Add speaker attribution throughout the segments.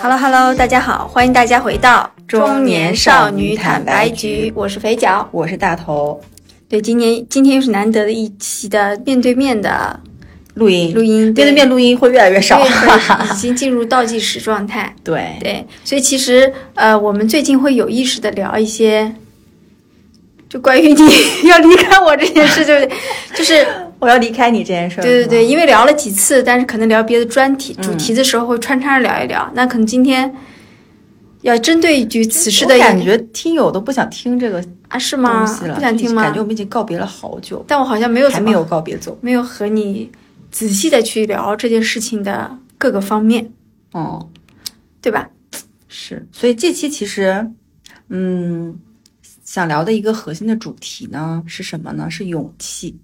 Speaker 1: Hello Hello，大家好，欢迎大家回到中年少女坦白局，我是肥脚。
Speaker 2: 我是大头，
Speaker 1: 对，今年今天又是难得的一期的面对面的
Speaker 2: 录音
Speaker 1: 录音，
Speaker 2: 面对面录音会越来越少
Speaker 1: 对。 对已经进入倒计时状态。
Speaker 2: 对
Speaker 1: 对，所以其实呃，我们最近会有意识的聊一些，就关于你 要离开我这件事，就是就是
Speaker 2: 我要离嗯开你这件事儿，
Speaker 1: 对对
Speaker 2: 是吗
Speaker 1: 对，因为聊了几次，但是可能聊别的专题、主题的时候会穿插着聊一聊。那可能今天要针对一句此事的
Speaker 2: 我感觉听友都不想听这个东
Speaker 1: 啊，是吗？
Speaker 2: 西了，
Speaker 1: 不想听吗？
Speaker 2: 感觉我们已经告别了好久，
Speaker 1: 但我好像没有
Speaker 2: 还
Speaker 1: 怎
Speaker 2: 没
Speaker 1: 么
Speaker 2: 有告别走。
Speaker 1: 没有和你仔细的去聊这件事情的各个方面，
Speaker 2: 哦，
Speaker 1: 对吧？
Speaker 2: 是，所以这期其实，嗯，想聊的一个核心的主题呢是什么呢？是勇气。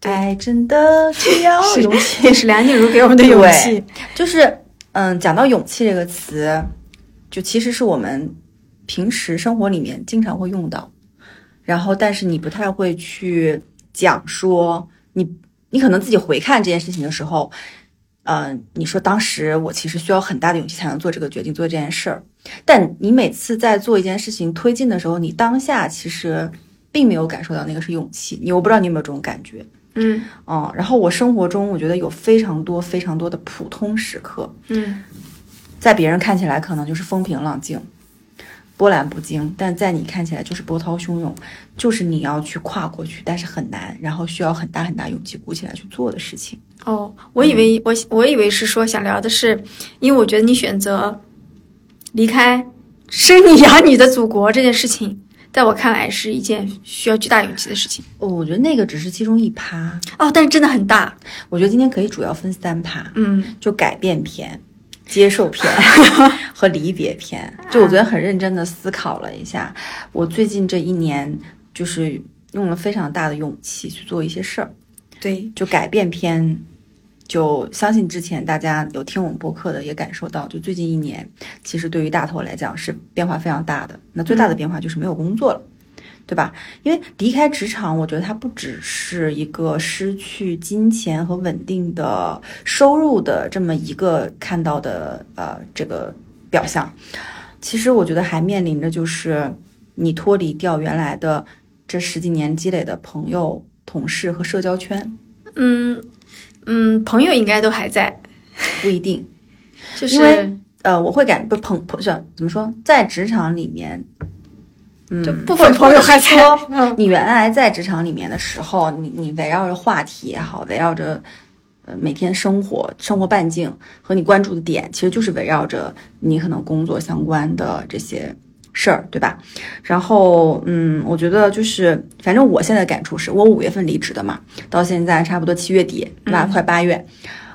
Speaker 1: 对
Speaker 2: 爱真的需要
Speaker 1: 是
Speaker 2: 勇 气。
Speaker 1: 也是梁静茹给我们的勇气。
Speaker 2: 就是，嗯，讲到勇气这个词，就其实是我们平时生活里面经常会用到，然后但是你不太会去讲说你，你可能自己回看这件事情的时候，嗯、你说当时我其实需要很大的勇气才能做这个决定，做这件事儿，但你每次在做一件事情推进的时候，你当下其实并没有感受到那个是勇气，你我不知道你有没有这种感觉，
Speaker 1: 嗯
Speaker 2: 嗯，然后我生活中我觉得有非常多非常多的普通时刻，
Speaker 1: 嗯，
Speaker 2: 在别人看起来可能就是风平浪静、波澜不惊，但在你看起来就是波涛汹涌，就是你要去跨过去，但是很难，然后需要很大很大勇气鼓起来去做的事情。
Speaker 1: 哦，我以
Speaker 2: 嗯
Speaker 1: 为我我以为是说想聊的是，因为我觉得你选择离开生你养你的祖国这件事情，在我看来是一件需要巨大勇气的事情。
Speaker 2: 哦，我觉得那个只是其中一趴，
Speaker 1: 哦，但是真的很大。
Speaker 2: 我觉得今天可以主要分三趴，
Speaker 1: 嗯，
Speaker 2: 就改变篇、接受 篇和离别篇。就我昨天很认真的思考了一下，我最近这一年就是用了非常大的勇气去做一些事儿。
Speaker 1: 对，
Speaker 2: 就改变篇，就相信之前大家有听我们播客的也感受到，就最近一年，其实对于大头来讲是变化非常大的。那最大的变化就是没有工作了，对吧？因为离开职场，我觉得它不只是一个失去金钱和稳定的收入的这么一个看到的呃这个表象，其实我觉得还面临着就是你脱离掉原来的这十几年积累的朋友、同事和社交圈。
Speaker 1: 嗯嗯，朋友应该都还在，
Speaker 2: 不一定。
Speaker 1: 就是
Speaker 2: 因为呃，我会感不朋朋是怎么说，在职场里面，嗯，
Speaker 1: 就部分朋友还在。
Speaker 2: 或者说
Speaker 1: 嗯
Speaker 2: 你原来在职场里面的时候，你你围绕着话题也好，围绕着呃每天生活生活半径和你关注的点，其实就是围绕着你可能工作相关的这些事儿，对吧？然后嗯，我觉得就是反正我现在的感触是我五月份离职的嘛，到现在差不多七月底，对
Speaker 1: 嗯
Speaker 2: 吧？快八月，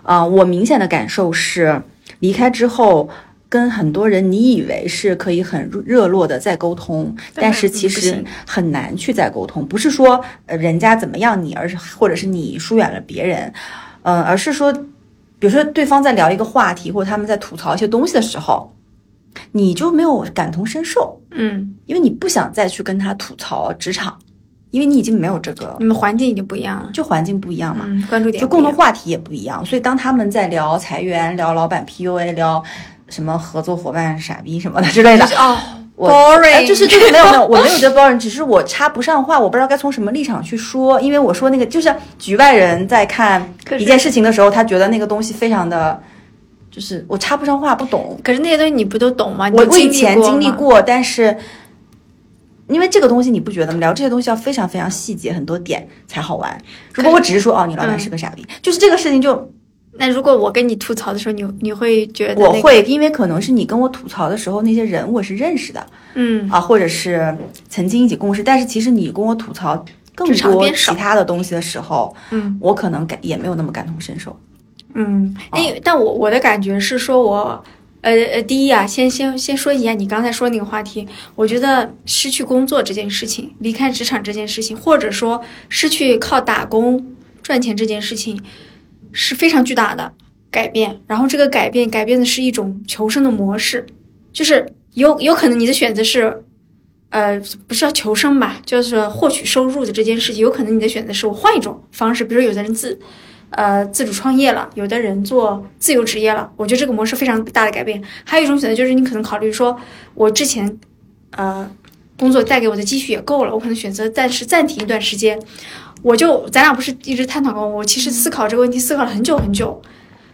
Speaker 2: 啊、我明显的感受是离开之后。跟很多人，你以为是可以很热络的再沟通，
Speaker 1: 但
Speaker 2: 但是
Speaker 1: 不
Speaker 2: 其实
Speaker 1: 行
Speaker 2: 很难去再沟通，不是说呃人家怎么样你，而是或者是你疏远了别人，呃，而是说，比如说对方在聊一个话题，或者他们在吐槽一些东西的时候，你就没有感同身受，
Speaker 1: 嗯，
Speaker 2: 因为你不想再去跟他吐槽职场，因为你已经没有这个，
Speaker 1: 你们环境已经不一样了，
Speaker 2: 就环境不一样嘛。
Speaker 1: 嗯，关注点
Speaker 2: 就
Speaker 1: 不
Speaker 2: 共
Speaker 1: 一
Speaker 2: 同
Speaker 1: 样
Speaker 2: 话题也不一样，所以当他们在聊裁员、聊老板 PUA、聊什么合作伙伴傻逼什么的之类的
Speaker 1: 就，是哦
Speaker 2: 我
Speaker 1: ，boring，
Speaker 2: 呃就是就是没有没有，我没有觉得包人，只是我插不上话，我不知道该从什么立场去说，因为我说那个就是局外人在看
Speaker 1: 可是
Speaker 2: 一件事情的时候，他觉得那个东西非常的，就是我插不上话，不懂。
Speaker 1: 可是那些东西你不都懂吗？你
Speaker 2: 我
Speaker 1: 都
Speaker 2: 我以
Speaker 1: 历
Speaker 2: 前经历
Speaker 1: 吗，
Speaker 2: 过，但是因为这个东西你不觉得吗？聊这些东西要非常非常细节，很多点才好玩。如果我只是说哦，你老
Speaker 1: 嗯
Speaker 2: 板是个傻逼，就是这个事情就
Speaker 1: 那如果我跟你吐槽的时候，你你会觉得、那
Speaker 2: 我
Speaker 1: 个
Speaker 2: 会，因为可能是你跟我吐槽的时候，那些人我是认识的，
Speaker 1: 嗯，
Speaker 2: 啊，或者是曾经一起共事，但是其实你跟我吐槽更
Speaker 1: 职场
Speaker 2: 多
Speaker 1: 边
Speaker 2: 其
Speaker 1: 少
Speaker 2: 他的东西的时候，
Speaker 1: 嗯，
Speaker 2: 我可能感也没有那么感同身受。
Speaker 1: 嗯，
Speaker 2: 哦
Speaker 1: 哎，但我我的感觉是说我，呃呃，第一啊，先先先说一下你刚才说那个话题，我觉得失去工作这件事情，离开职场这件事情，或者说失去靠打工赚钱这件事情，是非常巨大的改变。然后这个改变改变的是一种求生的模式，就是有有可能你的选择是。呃，不是要求生吧，就是获取收入的这件事情，有可能你的选择是我换一种方式，比如有的人自呃自主创业了，有的人做自由职业了。我觉得这个模式非常大的改变。还有一种选择就是你可能考虑说，我之前呃工作带给我的积蓄也够了，我可能选择暂时暂停一段时间。我就咱俩不是一直探讨过吗，我其实思考这个问题思考了很久很久，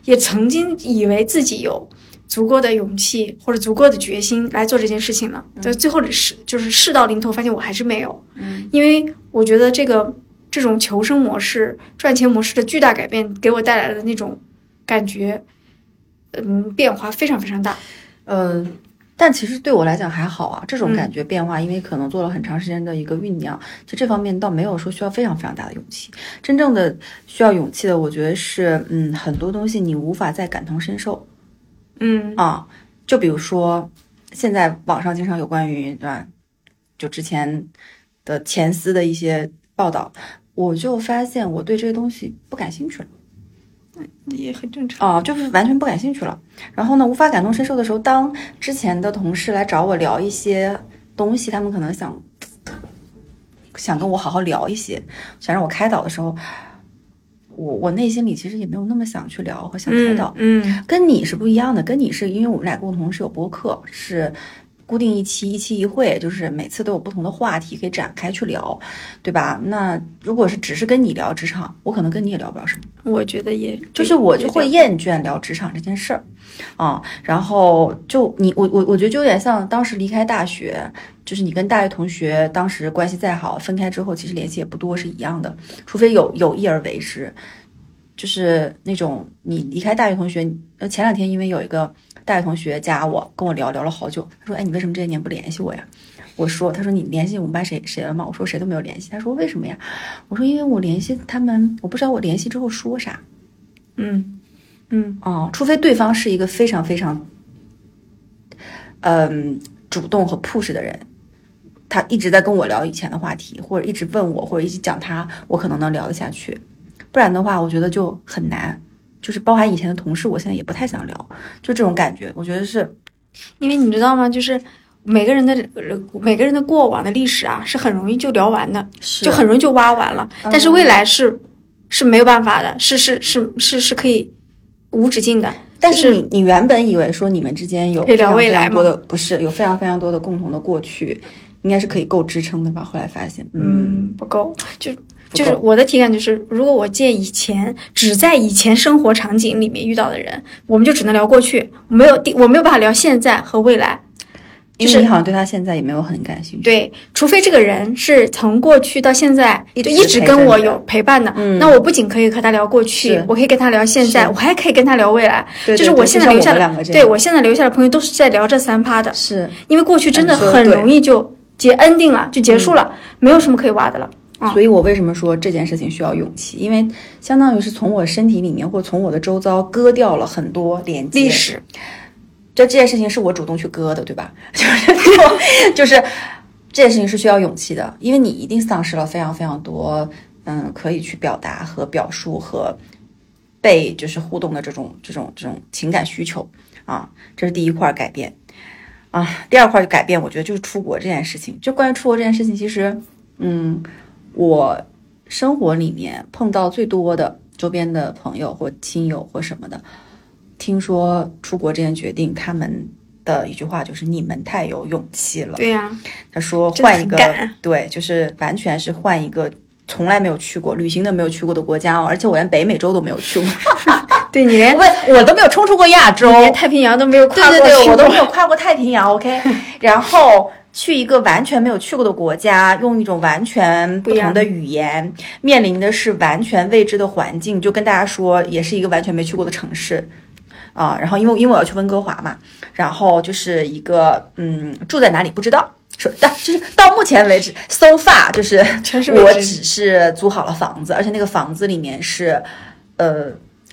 Speaker 1: 也曾经以为自己有足够的勇气或者足够的决心来做这件事情了，但最后的事就是事到临头，发现我还是没有。
Speaker 2: 嗯，
Speaker 1: 因为我觉得这个这种求生模式、赚钱模式的巨大改变，给我带来的那种感觉，嗯，变化非常非常大。
Speaker 2: 呃，但其实对我来讲还好啊，这种
Speaker 1: 嗯
Speaker 2: 感觉变化，因为可能做了很长时间的一个酝酿，其实这方面倒没有说需要非常非常大的勇气。真正的需要勇气的，我觉得是，嗯，很多东西你无法再感同身受
Speaker 1: 嗯
Speaker 2: 啊。就比如说，现在网上经常有关于对吧，就之前的前司的一些报道，我就发现我对这些东西不感兴趣了。
Speaker 1: 也很正常。
Speaker 2: 哦，就是完全不感兴趣了。然后呢，无法感同身受的时候，当之前的同事来找我聊一些东西，他们可能想想跟我好好聊一些，想让我开导的时候，我我内心里其实也没有那么想去聊和想开导。
Speaker 1: 嗯
Speaker 2: 跟你是不一样的，跟你是因为我们俩共同是有播客，是固定一期一期一会，就是每次都有不同的话题可以展开去聊，对吧？那如果是只是跟你聊职场，我可能跟你也聊不了什么。
Speaker 1: 我觉得也
Speaker 2: 就是我就会厌倦聊职场这件事儿，啊，然后就你我我我觉得就有点像当时离开大学，就是你跟大学同学当时关系再好，分开之后其实联系也不多是一样的，除非有有意而为之，就是那种你离开大学同学，呃，前两天因为有一个大学同学加我跟我聊聊了好久，他说哎你为什么这些年不联系我呀？我说，他说你联系我们班谁谁了吗？我说谁都没有联系。他说为什么呀？我说因为我联系他们，我不知道我联系之后说啥。
Speaker 1: 嗯嗯
Speaker 2: 哦，除非对方是一个非常非常，嗯，主动和 push 的人，他一直在跟我聊以前的话题，或者一直问我，或者一直讲他，我可能能聊得下去。不然的话，我觉得就很难。就是包含以前的同事，我现在也不太想聊，就这种感觉。我觉得是，
Speaker 1: 因为你知道吗？就是每个人的呃每个人的过往的历史啊，是很容易就聊完的，
Speaker 2: 是
Speaker 1: 就很容易就挖完了。但是
Speaker 2: 嗯
Speaker 1: 未来是是没有办法的，是是是是是可以无止境的。
Speaker 2: 但
Speaker 1: 就是
Speaker 2: 你你原本以为说你们之间有
Speaker 1: 可以
Speaker 2: 非
Speaker 1: 聊
Speaker 2: 常
Speaker 1: 未
Speaker 2: 非
Speaker 1: 来
Speaker 2: 常
Speaker 1: 吗
Speaker 2: 多的不是有非常非常多的共同的过去，应该是可以够支撑的吧？后来发现，嗯，
Speaker 1: 嗯，不够，就
Speaker 2: 不
Speaker 1: 就是
Speaker 2: 够
Speaker 1: 我的体感就是，如果我见以前只在以前生活场景里面遇到的人，我们就只能聊过去，没有地我没有办法聊现在和未来。
Speaker 2: 因
Speaker 1: 就是
Speaker 2: 为你好像对他现在也没有很感兴趣。
Speaker 1: 对，除非这个人是从过去到现在
Speaker 2: 一
Speaker 1: 就
Speaker 2: 直
Speaker 1: 一直
Speaker 2: 陪
Speaker 1: 跟
Speaker 2: 着
Speaker 1: 我
Speaker 2: 你的
Speaker 1: 有陪伴的，
Speaker 2: 嗯
Speaker 1: 那我不仅可以和他聊过去
Speaker 2: 是，
Speaker 1: 我可以跟他聊现在，
Speaker 2: 是
Speaker 1: 我还可以跟他聊未来。
Speaker 2: 对
Speaker 1: 就是
Speaker 2: 对
Speaker 1: 我
Speaker 2: 对
Speaker 1: 现
Speaker 2: 就
Speaker 1: 在
Speaker 2: 像
Speaker 1: 留
Speaker 2: 我
Speaker 1: 下
Speaker 2: 们
Speaker 1: 的
Speaker 2: 两个，这
Speaker 1: 对
Speaker 2: 样
Speaker 1: 我现在留下的朋友都是在聊这三趴的，
Speaker 2: 是
Speaker 1: 因为过去真的
Speaker 2: 你嗯说得
Speaker 1: 很
Speaker 2: 对嗯
Speaker 1: 容易就结 ending 了，就结束了，没有什么可以挖的了。
Speaker 2: 所以我为什么说这件事情需要勇气？因为相当于是从我身体里面或从我的周遭割掉了很多连接。
Speaker 1: 历，史，
Speaker 2: 这这件事情是我主动去割的，对吧？ 就是 就是这件事情是需要勇气的，因为你一定丧失了非常非常多，嗯，可以去表达和表述和被就是互动的这种这种这种情感需求啊，这是第一块改变啊。第二块改变，我觉得就是出国这件事情。就关于出国这件事情，其实，嗯，我生活里面碰到最多的周边的朋友或亲友或什么的，听说出国这件决定，他们的一句话就是“你们太有勇气了”。
Speaker 1: 对呀、
Speaker 2: 他说
Speaker 1: 真的
Speaker 2: 换一
Speaker 1: 很
Speaker 2: 个
Speaker 1: 敢，
Speaker 2: 对，就是完全是换一个从来没有去过、旅行都没有去过的国家哦，而且我连北美洲都没有去过，
Speaker 1: 对你连
Speaker 2: 我我都没有冲出过亚洲，
Speaker 1: 连太平洋都没有跨
Speaker 2: 对
Speaker 1: 过
Speaker 2: 对
Speaker 1: 去
Speaker 2: 对，我
Speaker 1: 过
Speaker 2: 都 没有跨过太 平洋，OK，然后。去一个完全没有去过的国家，用一种完全不
Speaker 1: 不一样
Speaker 2: 同的语言，面临的是完全未知的环境，就跟大家说，也是一个完全没去过的城市，啊，然后因为因为我要去温哥华嘛，然后就是一个嗯住在哪里不知道，说但就是到目前为止，so far 就是
Speaker 1: 全是
Speaker 2: 我
Speaker 1: 未知
Speaker 2: 只是租好了房子，而且那个房子里面是，呃，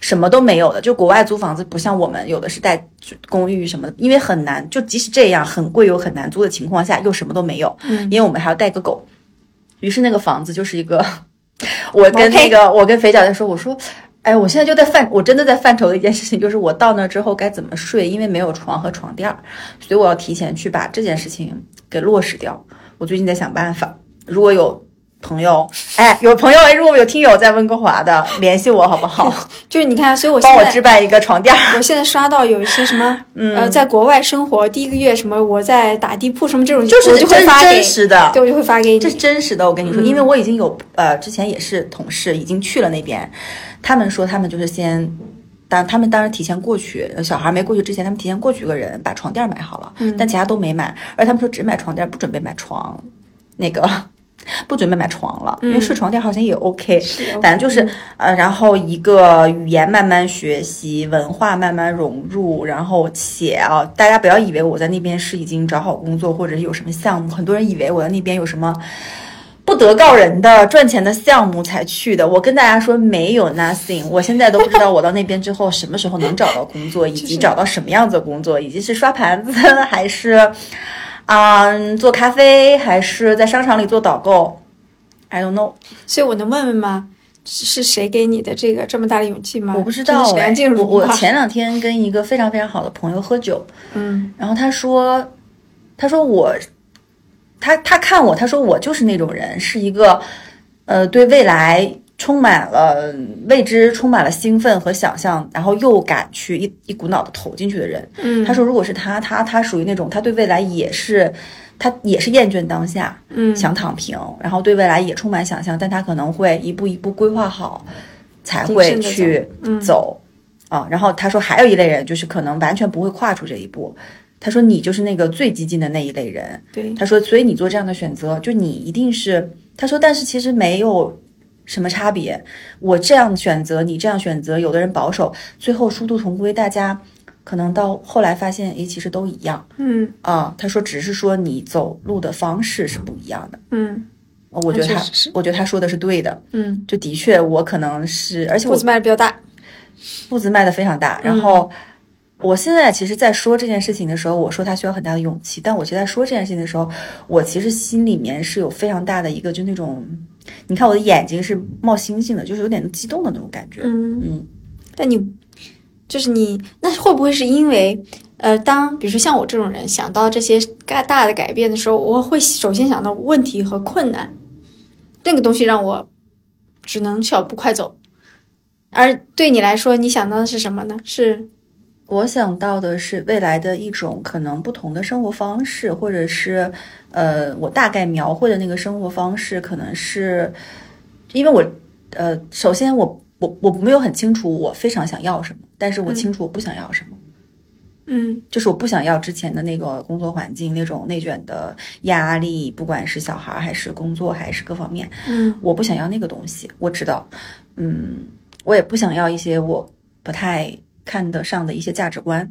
Speaker 2: 什么都没有的。就国外租房子不像我们有的是带公寓什么的，因为很难。就即使这样很贵又很难租的情况下，又什么都没有，因为我们还要带个狗。于是那个房子就是一个， 我跟那个我跟肥脚在说，我说。哎，我现在就在犯，我真的在犯愁的一件事情，就是我到那之后该怎么睡，因为没有床和床垫儿，所以我要提前去把这件事情给落实掉。我最近在想办法，如果有朋友哎，有朋友哎，如果有听友在温哥华的，联系我好不 好？
Speaker 1: 就是你看，所以我现
Speaker 2: 帮我嗯
Speaker 1: 在
Speaker 2: 置办一个床垫儿。
Speaker 1: 我现在刷到有一些什 么，呃，在国外生活第一个月什么我在打地铺什么这种，
Speaker 2: 就是
Speaker 1: 我就会
Speaker 2: 真
Speaker 1: 发给
Speaker 2: 真，实的，
Speaker 1: 对，我就会发给
Speaker 2: 这是
Speaker 1: 你。
Speaker 2: 真实的，我跟你说，因为我已经有呃，之前也是同事已经去了那边，他们说他们就是先。当他们当然提前过去，呃小孩没过去之前，他们提前过去一个人把床垫买好了，但其他都没买。而他们说只买床垫，不准备买床，那个 不准备买床了，因为睡床垫好像也 OK。
Speaker 1: 是
Speaker 2: 反正就是呃，然后一个语言慢慢学习，文化慢慢融入，然后且啊，大家不要以为我在那边是已经找好工作或者是有什么项目，很多人以为我在那边有什么。不得告人的赚钱的项目才去的，我跟大家说没有 nothing，我现在都不知道我到那边之后什么时候能找到工作，以及找到什么样子的工作，以及是刷盘子还是，嗯，做咖啡还是在商场里做导购，I don't know。
Speaker 1: 所以我能问问吗？是是谁给你的这个这么大的勇气吗？
Speaker 2: 我不知道
Speaker 1: 啊这是梁
Speaker 2: 哎、
Speaker 1: 静
Speaker 2: 我
Speaker 1: 茹
Speaker 2: 我
Speaker 1: 吗
Speaker 2: 前两天跟一个非常非常好的朋友喝酒，
Speaker 1: 嗯，
Speaker 2: 然后他说，他说我，他他看我，他说我就是那种人，是一个，呃，对未来充满了未知，充满了兴奋和想象，然后又敢去一一股脑的投进去的人。
Speaker 1: 嗯，
Speaker 2: 他说，如果是他，他他属于那种，他对未来也是，他也是厌倦当下，
Speaker 1: 嗯
Speaker 2: 想躺平，然后对未来也充满想象，但他可能会一步一步规划好，才
Speaker 1: 谨
Speaker 2: 会
Speaker 1: 慎地走
Speaker 2: 去
Speaker 1: 嗯
Speaker 2: 走、啊。然后他说，还有一类人就是可能完全不会跨出这一步。他说，你就是那个最激进的那一类人。
Speaker 1: 对，
Speaker 2: 他说，所以你做这样的选择，就你一定是。他说，但是其实没有什么差别。我这样选择，你这样选择，有的人保守，最后殊途同归，大家可能到后来发现，诶，其实都一样
Speaker 1: 嗯
Speaker 2: 啊。他说，只是说你走路的方式是不一样的。
Speaker 1: 嗯
Speaker 2: 我觉得
Speaker 1: 确
Speaker 2: 他
Speaker 1: 实是，
Speaker 2: 我觉得他说的是对的。
Speaker 1: 嗯，
Speaker 2: 就的确，我可能是，而且
Speaker 1: 步
Speaker 2: 我
Speaker 1: 子迈的比嗯较大，
Speaker 2: 步子迈得非常大。然后，我现在其实，在说这件事情的时候，我说他需要很大的勇气，但我其实在说这件事情的时候，我其实心里面是有非常大的一个，就那种，你看我的眼睛是冒星星的，就是有点激动的那种感觉。
Speaker 1: 嗯
Speaker 2: 嗯，
Speaker 1: 但你就是你，那会不会是因为？呃，当比如说像我这种人想到这些大大的改变的时候，我会首先想到问题和困难，那个东西让我只能小步快走。而对你来说，你想到的是什么呢？是
Speaker 2: 我想到的是未来的一种可能不同的生活方式，或者是，呃，我大概描绘的那个生活方式，可能是，因为我，呃，首先我我我没有很清楚我非常想要什么，但是我清楚我不想要什么，
Speaker 1: 嗯
Speaker 2: 就是我不想要之前的那个工作环境那种内卷的压力，不管是小孩儿还是工作还是各方面，
Speaker 1: 嗯
Speaker 2: 我不想要那个东西，我知道，嗯，我也不想要一些我不太看得上的一些价值观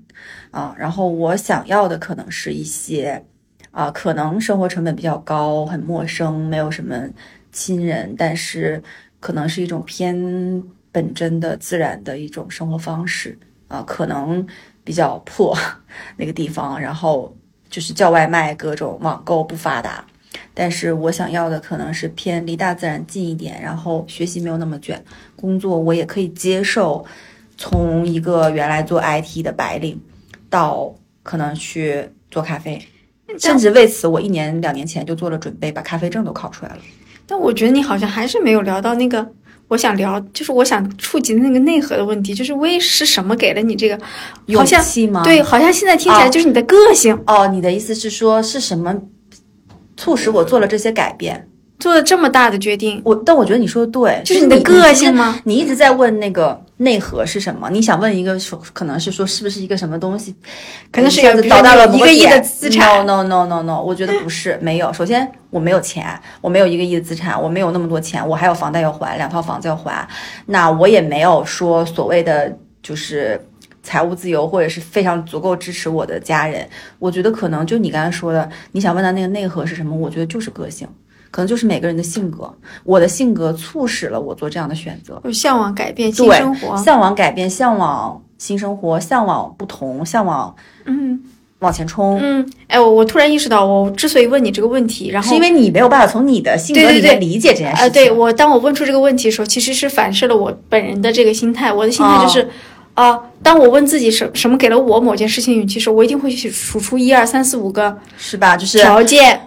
Speaker 2: 啊。然后我想要的可能是一些啊，可能生活成本比较高，很陌生，没有什么亲人，但是可能是一种偏本真的、自然的一种生活方式啊，可能比较破 那个地方，然后就是叫外卖，各种网购不发达。但是我想要的可能是偏离大自然近一点，然后学习没有那么卷，工作我也可以接受，从一个原来做 IT 的白领，到可能去做咖啡，甚至为此我一年两年前就做了准备，把咖啡证都考出来了。
Speaker 1: 但我觉得你好像还是没有聊到那个我想聊，就是我想触及的那个内核的问题，就是为是什么给了你这个？
Speaker 2: 勇
Speaker 1: 好像
Speaker 2: 气吗？
Speaker 1: 对，好像现在听起来
Speaker 2: 哦
Speaker 1: 就是你的个性、
Speaker 2: 哦，你的意思是说是什么促使我做了这些改变？
Speaker 1: 做了这么大的决定，
Speaker 2: 我但我觉得你说的对，
Speaker 1: 就是你的个性吗？
Speaker 2: 你一直在问那个内核是什么？你想问一个说，可能是说是不是一个什么东西，
Speaker 1: 可能是
Speaker 2: 一下
Speaker 1: 有
Speaker 2: 子
Speaker 1: 比如
Speaker 2: 导到
Speaker 1: 你
Speaker 2: 了
Speaker 1: 一
Speaker 2: 某
Speaker 1: 个亿
Speaker 2: 点
Speaker 1: 的资产
Speaker 2: No no no no no，我觉得不是，没有。首先我没有钱，我没有一个亿的资产，我没有那么多钱，我还有房贷要还，两套房子要还，那我也没有说所谓的就是。财务自由，或者是非常足够支持我的家人，我觉得可能就你刚才说的，你想问他那个内核是什么？我觉得就是个性，可能就是每个人的性格。我的性格促使了我做这样的选择。
Speaker 1: 我向往改变新
Speaker 2: 对
Speaker 1: 生活。
Speaker 2: 向往改变，向往新生活，向往不同，向往
Speaker 1: 嗯
Speaker 2: 往前冲。
Speaker 1: 嗯，哎，我我突然意识到，我之所以问你这个问题，然后
Speaker 2: 是因为你没有办法从你的性格
Speaker 1: 对对
Speaker 2: 里面
Speaker 1: 对
Speaker 2: 理解这件事
Speaker 1: 啊、
Speaker 2: 情。
Speaker 1: 对我当我问出这个问题的时候，其实是反射了我本人的这个心态。我的心态就是，
Speaker 2: 哦
Speaker 1: 啊、当我问自己什什么给了我某件事情勇气的时候，我一定会去数出一二三四五个
Speaker 2: 是吧？就是
Speaker 1: 条件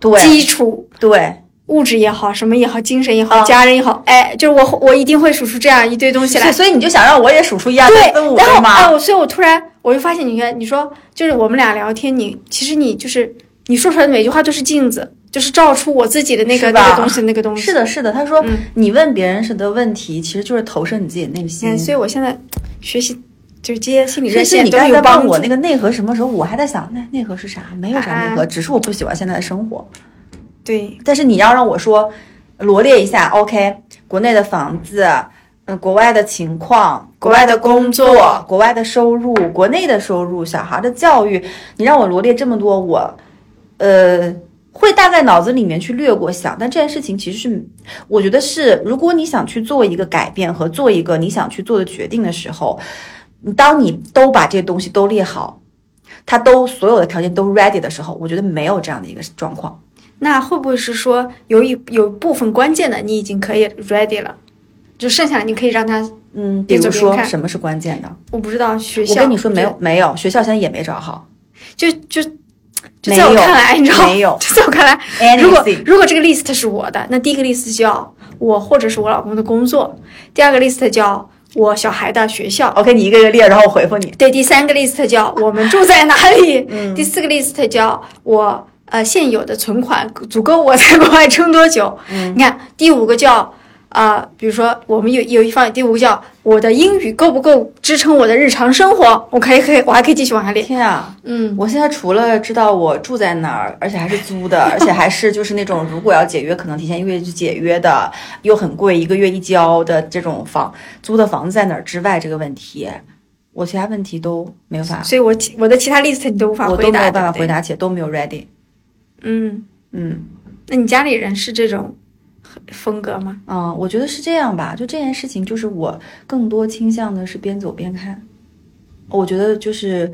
Speaker 2: 对
Speaker 1: 基础，
Speaker 2: 对，
Speaker 1: 物质也好，什么也好，精神也好，
Speaker 2: 啊
Speaker 1: 家人也好，哎，就是我我一定会数出这样一堆东西来
Speaker 2: 所以。所以你就想让我也数出一二
Speaker 1: 对
Speaker 2: 三四五，
Speaker 1: 然
Speaker 2: 六
Speaker 1: 后哎，
Speaker 2: 吗？
Speaker 1: 我所以，我突然我就发现，你看，你说就是我们俩聊天，你其实你就是你说出来的每句话都是镜子，就是照出我自己的那个
Speaker 2: 是吧
Speaker 1: 那个东西，那个东西。
Speaker 2: 是的，是的。他说
Speaker 1: 嗯，
Speaker 2: 你问别人是的问题，其实就是投射你自己的内
Speaker 1: 嗯，
Speaker 2: 心。
Speaker 1: 所以我现在学习就是这些心理
Speaker 2: 所
Speaker 1: 热
Speaker 2: 以所以
Speaker 1: 线
Speaker 2: 你
Speaker 1: 都
Speaker 2: 刚才
Speaker 1: 有
Speaker 2: 在
Speaker 1: 帮
Speaker 2: 问
Speaker 1: 助。
Speaker 2: 我那个内核什么时候，我还在想，那内核是啥？没有啥内核，
Speaker 1: 啊
Speaker 2: 只是我不喜欢现在的生活。
Speaker 1: 对，
Speaker 2: 但是你要让我说罗列一下，OK，国内的房子，嗯、国外的情况，国外的工
Speaker 1: 国外的
Speaker 2: 作，国外的收入，国内的收入，小孩的教育，你让我罗列这么多，我，呃，会大概脑子里面去略过想，但这件事情其实是，我觉得是，如果你想去做一个改变和做一个你想去做的决定的时候，你当你都把这些东西都列好，它都所有的条件都 ready 的时候，我觉得没有这样的一个状况。
Speaker 1: 那会不会是说有一有部分关键的你已经可以 ready 了，就剩下的你可以让他，
Speaker 2: 嗯，比
Speaker 1: 边走边
Speaker 2: 如说
Speaker 1: 看
Speaker 2: 什么是关键的？
Speaker 1: 我不知道学
Speaker 2: 我
Speaker 1: 校。
Speaker 2: 跟你说，没有，没有，学校现在也没找好。
Speaker 1: 就就就
Speaker 2: 没
Speaker 1: 在我
Speaker 2: 有
Speaker 1: 看来，你知道吗
Speaker 2: 没有
Speaker 1: 就在我看来，如果
Speaker 2: Anything
Speaker 1: 如果这个 list 是我的，那第一个 list 叫我或者是我老公的工作，第二个 list 叫我小孩的学校，
Speaker 2: OK，你一个一个列，然后我回复你。
Speaker 1: 对，第三个 list 叫我们住在哪里，
Speaker 2: 嗯
Speaker 1: 第四个 list 叫我呃现有的存款足够我在国外撑多久。
Speaker 2: 嗯
Speaker 1: 你看第五个叫。啊、比如说我们有有一方，第五个叫我的英语够不够支撑我的日常生活？我可以可以，我还可以继续往下列。
Speaker 2: 天啊！
Speaker 1: 嗯，
Speaker 2: 我现在除了知道我住在哪儿，而且还是租的，而且还是就是那种如果要解约，可能提前一个月就解约的，又很贵，一个月一交的这种房租的房子在哪儿之外，这个问题，我其他问题都没有办法，
Speaker 1: 所以我其我的其他 list 你都无法
Speaker 2: 我
Speaker 1: 回答，
Speaker 2: 都没有办法
Speaker 1: 对不对
Speaker 2: 回。答，且都没有 ready。
Speaker 1: 嗯，
Speaker 2: 嗯。
Speaker 1: 那你家里人是这种风格吗？
Speaker 2: 嗯，我觉得是这样吧。就这件事情，就是我更多倾向的是边走边看。我觉得就是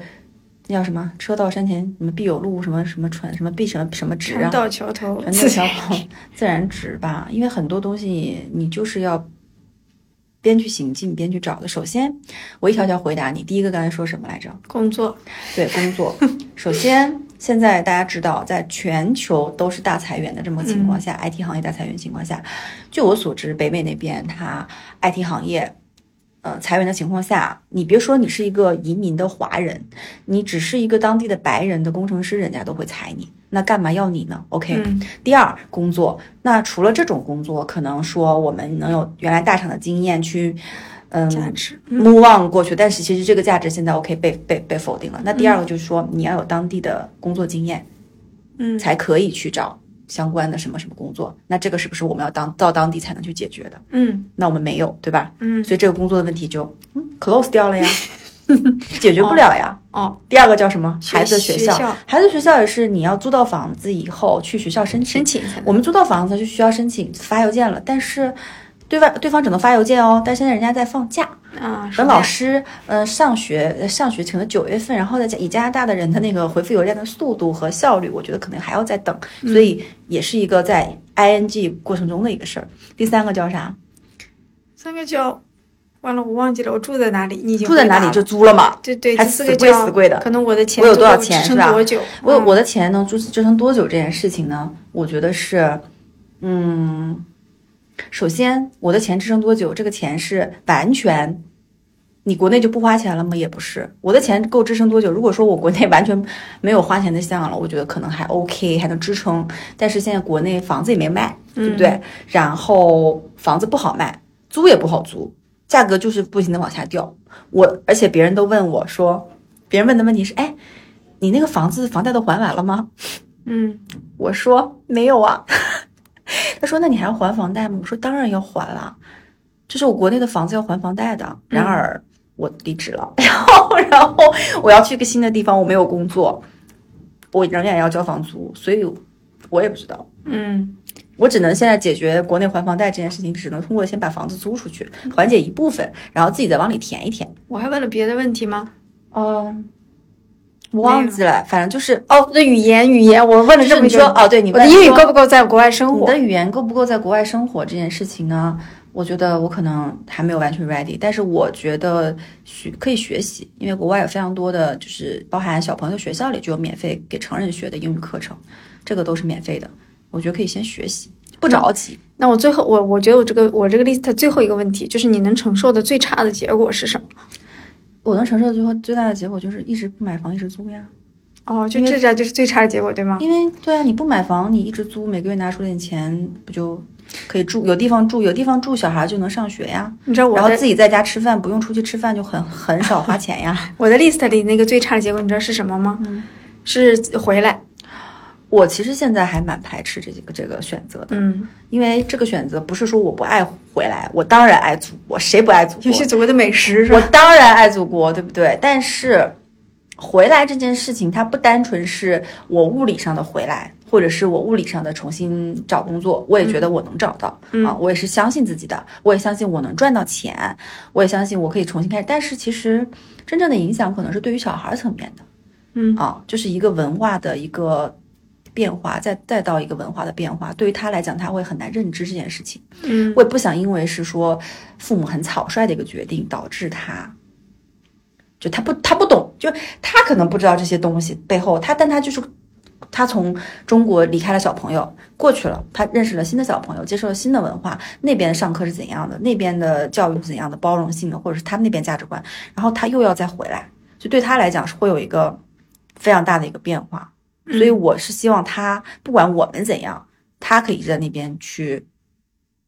Speaker 2: 那叫什么“车到山前什么必有路”，什么什么船，什么必什么什么直
Speaker 1: 船
Speaker 2: 啊，
Speaker 1: 到桥头
Speaker 2: 船
Speaker 1: 自
Speaker 2: 到
Speaker 1: 然
Speaker 2: 桥头自然直吧。因为很多东西你就是要边去行进边去找的。首先，我一条条回答你。第一个刚才说什么来着？
Speaker 1: 工作，
Speaker 2: 对工作，首先现在大家知道，在全球都是大裁员的这么个情况下、i t 行业大裁员情况下，据我所知，北美那边它 IT 行业。呃，裁员的情况下，你别说你是一个移民的华人，你只是一个当地的白人的工程师，人家都会裁你，那干嘛要你呢？OK，、
Speaker 1: 嗯
Speaker 2: 第二，工作。那除了这种工作，可能说我们能有原来大厂的经验去，嗯，
Speaker 1: 价值，嗯
Speaker 2: move on 过去，但是其实这个价值现在 OK 被被被否定了。那第二个就是说，你要有当地的工作经验，
Speaker 1: 嗯，
Speaker 2: 才可以去找相关的什么什么工作。那这个是不是我们要当到当地才能去解决的？
Speaker 1: 嗯
Speaker 2: 那我们没有，对吧？
Speaker 1: 嗯，
Speaker 2: 所以这个工作的问题就嗯 close 掉了呀，解决不了呀。
Speaker 1: 哦，
Speaker 2: 第二个叫什么？
Speaker 1: 学
Speaker 2: 孩子学校，
Speaker 1: 学校
Speaker 2: 孩子学校也是你要租到房子以后去学校申请
Speaker 1: 申。请才能
Speaker 2: 我们租到房子就需要申请发邮件了，但是对外对方只能发邮件哦，但现在人家在放假，
Speaker 1: 啊，
Speaker 2: 等
Speaker 1: 什么
Speaker 2: 嗯老
Speaker 1: 呀
Speaker 2: 师，呃，上学呃上学可能九月份，然后再加以加拿大的人的那个回复邮件的速度和效率，我觉得可能还要再等，所以也是一个在 ing 过程中的一个事儿。第三个叫啥？
Speaker 1: 三个叫，完了我忘记了，我住在哪里？你已经
Speaker 2: 住在
Speaker 1: 回答
Speaker 2: 哪里
Speaker 1: 了
Speaker 2: 就租了嘛。
Speaker 1: 对对，
Speaker 2: 还
Speaker 1: 第四个
Speaker 2: 死贵
Speaker 1: 叫
Speaker 2: 死贵的
Speaker 1: 可能我的钱
Speaker 2: 我有
Speaker 1: 足
Speaker 2: 多少
Speaker 1: 够
Speaker 2: 钱
Speaker 1: 支
Speaker 2: 是
Speaker 1: 撑
Speaker 2: 吧
Speaker 1: 多久？
Speaker 2: 我
Speaker 1: 嗯
Speaker 2: 我的钱能支支撑多久这件事情呢？我觉得是，嗯，首先我的钱支撑多久，这个钱是完全。你国内就不花钱了吗？也不是，我的钱够支撑多久？如果说我国内完全没有花钱的项了，我觉得可能还 OK，还能支撑。但是现在国内房子也没卖，对
Speaker 1: 嗯
Speaker 2: 不对？然后房子不好卖，租也不好租，价格就是不停的往下掉。我而且别人都问我说，别人问的问题是，哎，你那个房子房贷都还完了吗？
Speaker 1: 嗯
Speaker 2: 我说没有啊。 他说那你还要还房贷吗？我说当然要还了，这是我国内的房子要还房贷的。然而我离职了， 然后然后我要去一个新的地方，我没有工作，我仍然要交房租，所以我也不知道。
Speaker 1: 嗯
Speaker 2: 我只能现在解决国内还房贷这件事情，只能通过先把房子租出去，缓解一部分，然后自己再往里填一填。
Speaker 1: 我还问了别的问题吗？
Speaker 2: 哦，我忘记了，反正就是哦，
Speaker 1: 我的语言语言，我问了
Speaker 2: 就是
Speaker 1: 这
Speaker 2: 你
Speaker 1: 么
Speaker 2: 说
Speaker 1: 久，
Speaker 2: 哦，对你
Speaker 1: 我
Speaker 2: 问
Speaker 1: 的英语
Speaker 2: 说
Speaker 1: 够不够在国外生
Speaker 2: 你
Speaker 1: 活？
Speaker 2: 的语言够不够在国外生活这件事情呢？我觉得我可能还没有完全 ready，但是我觉得学可以学习，因为国外有非常多的，就是包含小朋友学校里就有免费给成人学的英语课程，这个都是免费的，我觉得可以先学习。不着急。
Speaker 1: 那我最后我我觉得我这个我这个 list 最后一个问题就是你能承受的最差的结果是什么？
Speaker 2: 我能承受的最后最大的结果就是一直不买房，一直租呀。
Speaker 1: 哦，就这这就是最差的结果，对吗？
Speaker 2: 因为对啊，你不买房，你一直租，每个月拿出点钱，不就可以住？有地方住，有地方住，小孩就能上学呀。
Speaker 1: 你知道我
Speaker 2: 然后
Speaker 1: 的
Speaker 2: 自己在家吃饭，不用出去吃饭，就很很少花钱 呀。
Speaker 1: 我的 list 里那个最差的结果，你知道是什么吗？
Speaker 2: 嗯
Speaker 1: 是回来。
Speaker 2: 我其实现在还蛮排斥这几个这个选择的，
Speaker 1: 嗯，
Speaker 2: 因为这个选择不是说我不爱回来，我当然爱祖国，谁不爱祖
Speaker 1: 尤
Speaker 2: 国？
Speaker 1: 其祖国的美食是
Speaker 2: 我
Speaker 1: 吧？
Speaker 2: 当然爱祖国，对不对？但是回来这件事情，它不单纯是我物理上的回来，或者是我物理上的重新找工作，我也觉得我能找到、
Speaker 1: 嗯
Speaker 2: 啊，我也是相信自己的，我也相信我能赚到钱，我也相信我可以重新开始。但是其实真正的影响可能是对于小孩层面的
Speaker 1: 嗯
Speaker 2: 啊，就是一个文化的一个。变化，再再到一个文化的变化，对于他来讲，他会很难认知这件事情。
Speaker 1: 嗯，
Speaker 2: 我也不想因为是说父母很草率的一个决定，导致他就他不他不懂，就他可能不知道这些东西背后，他但他就是他从中国离开了小朋友过去了，他认识了新的小朋友，接受了新的文化，那边上课是怎样的，那边的教育是怎样的，包容性的，或者是他们那边价值观，然后他又要再回来，就对他来讲是会有一个非常大的一个变化。所以我是希望他不管我们怎样，他可以在那边去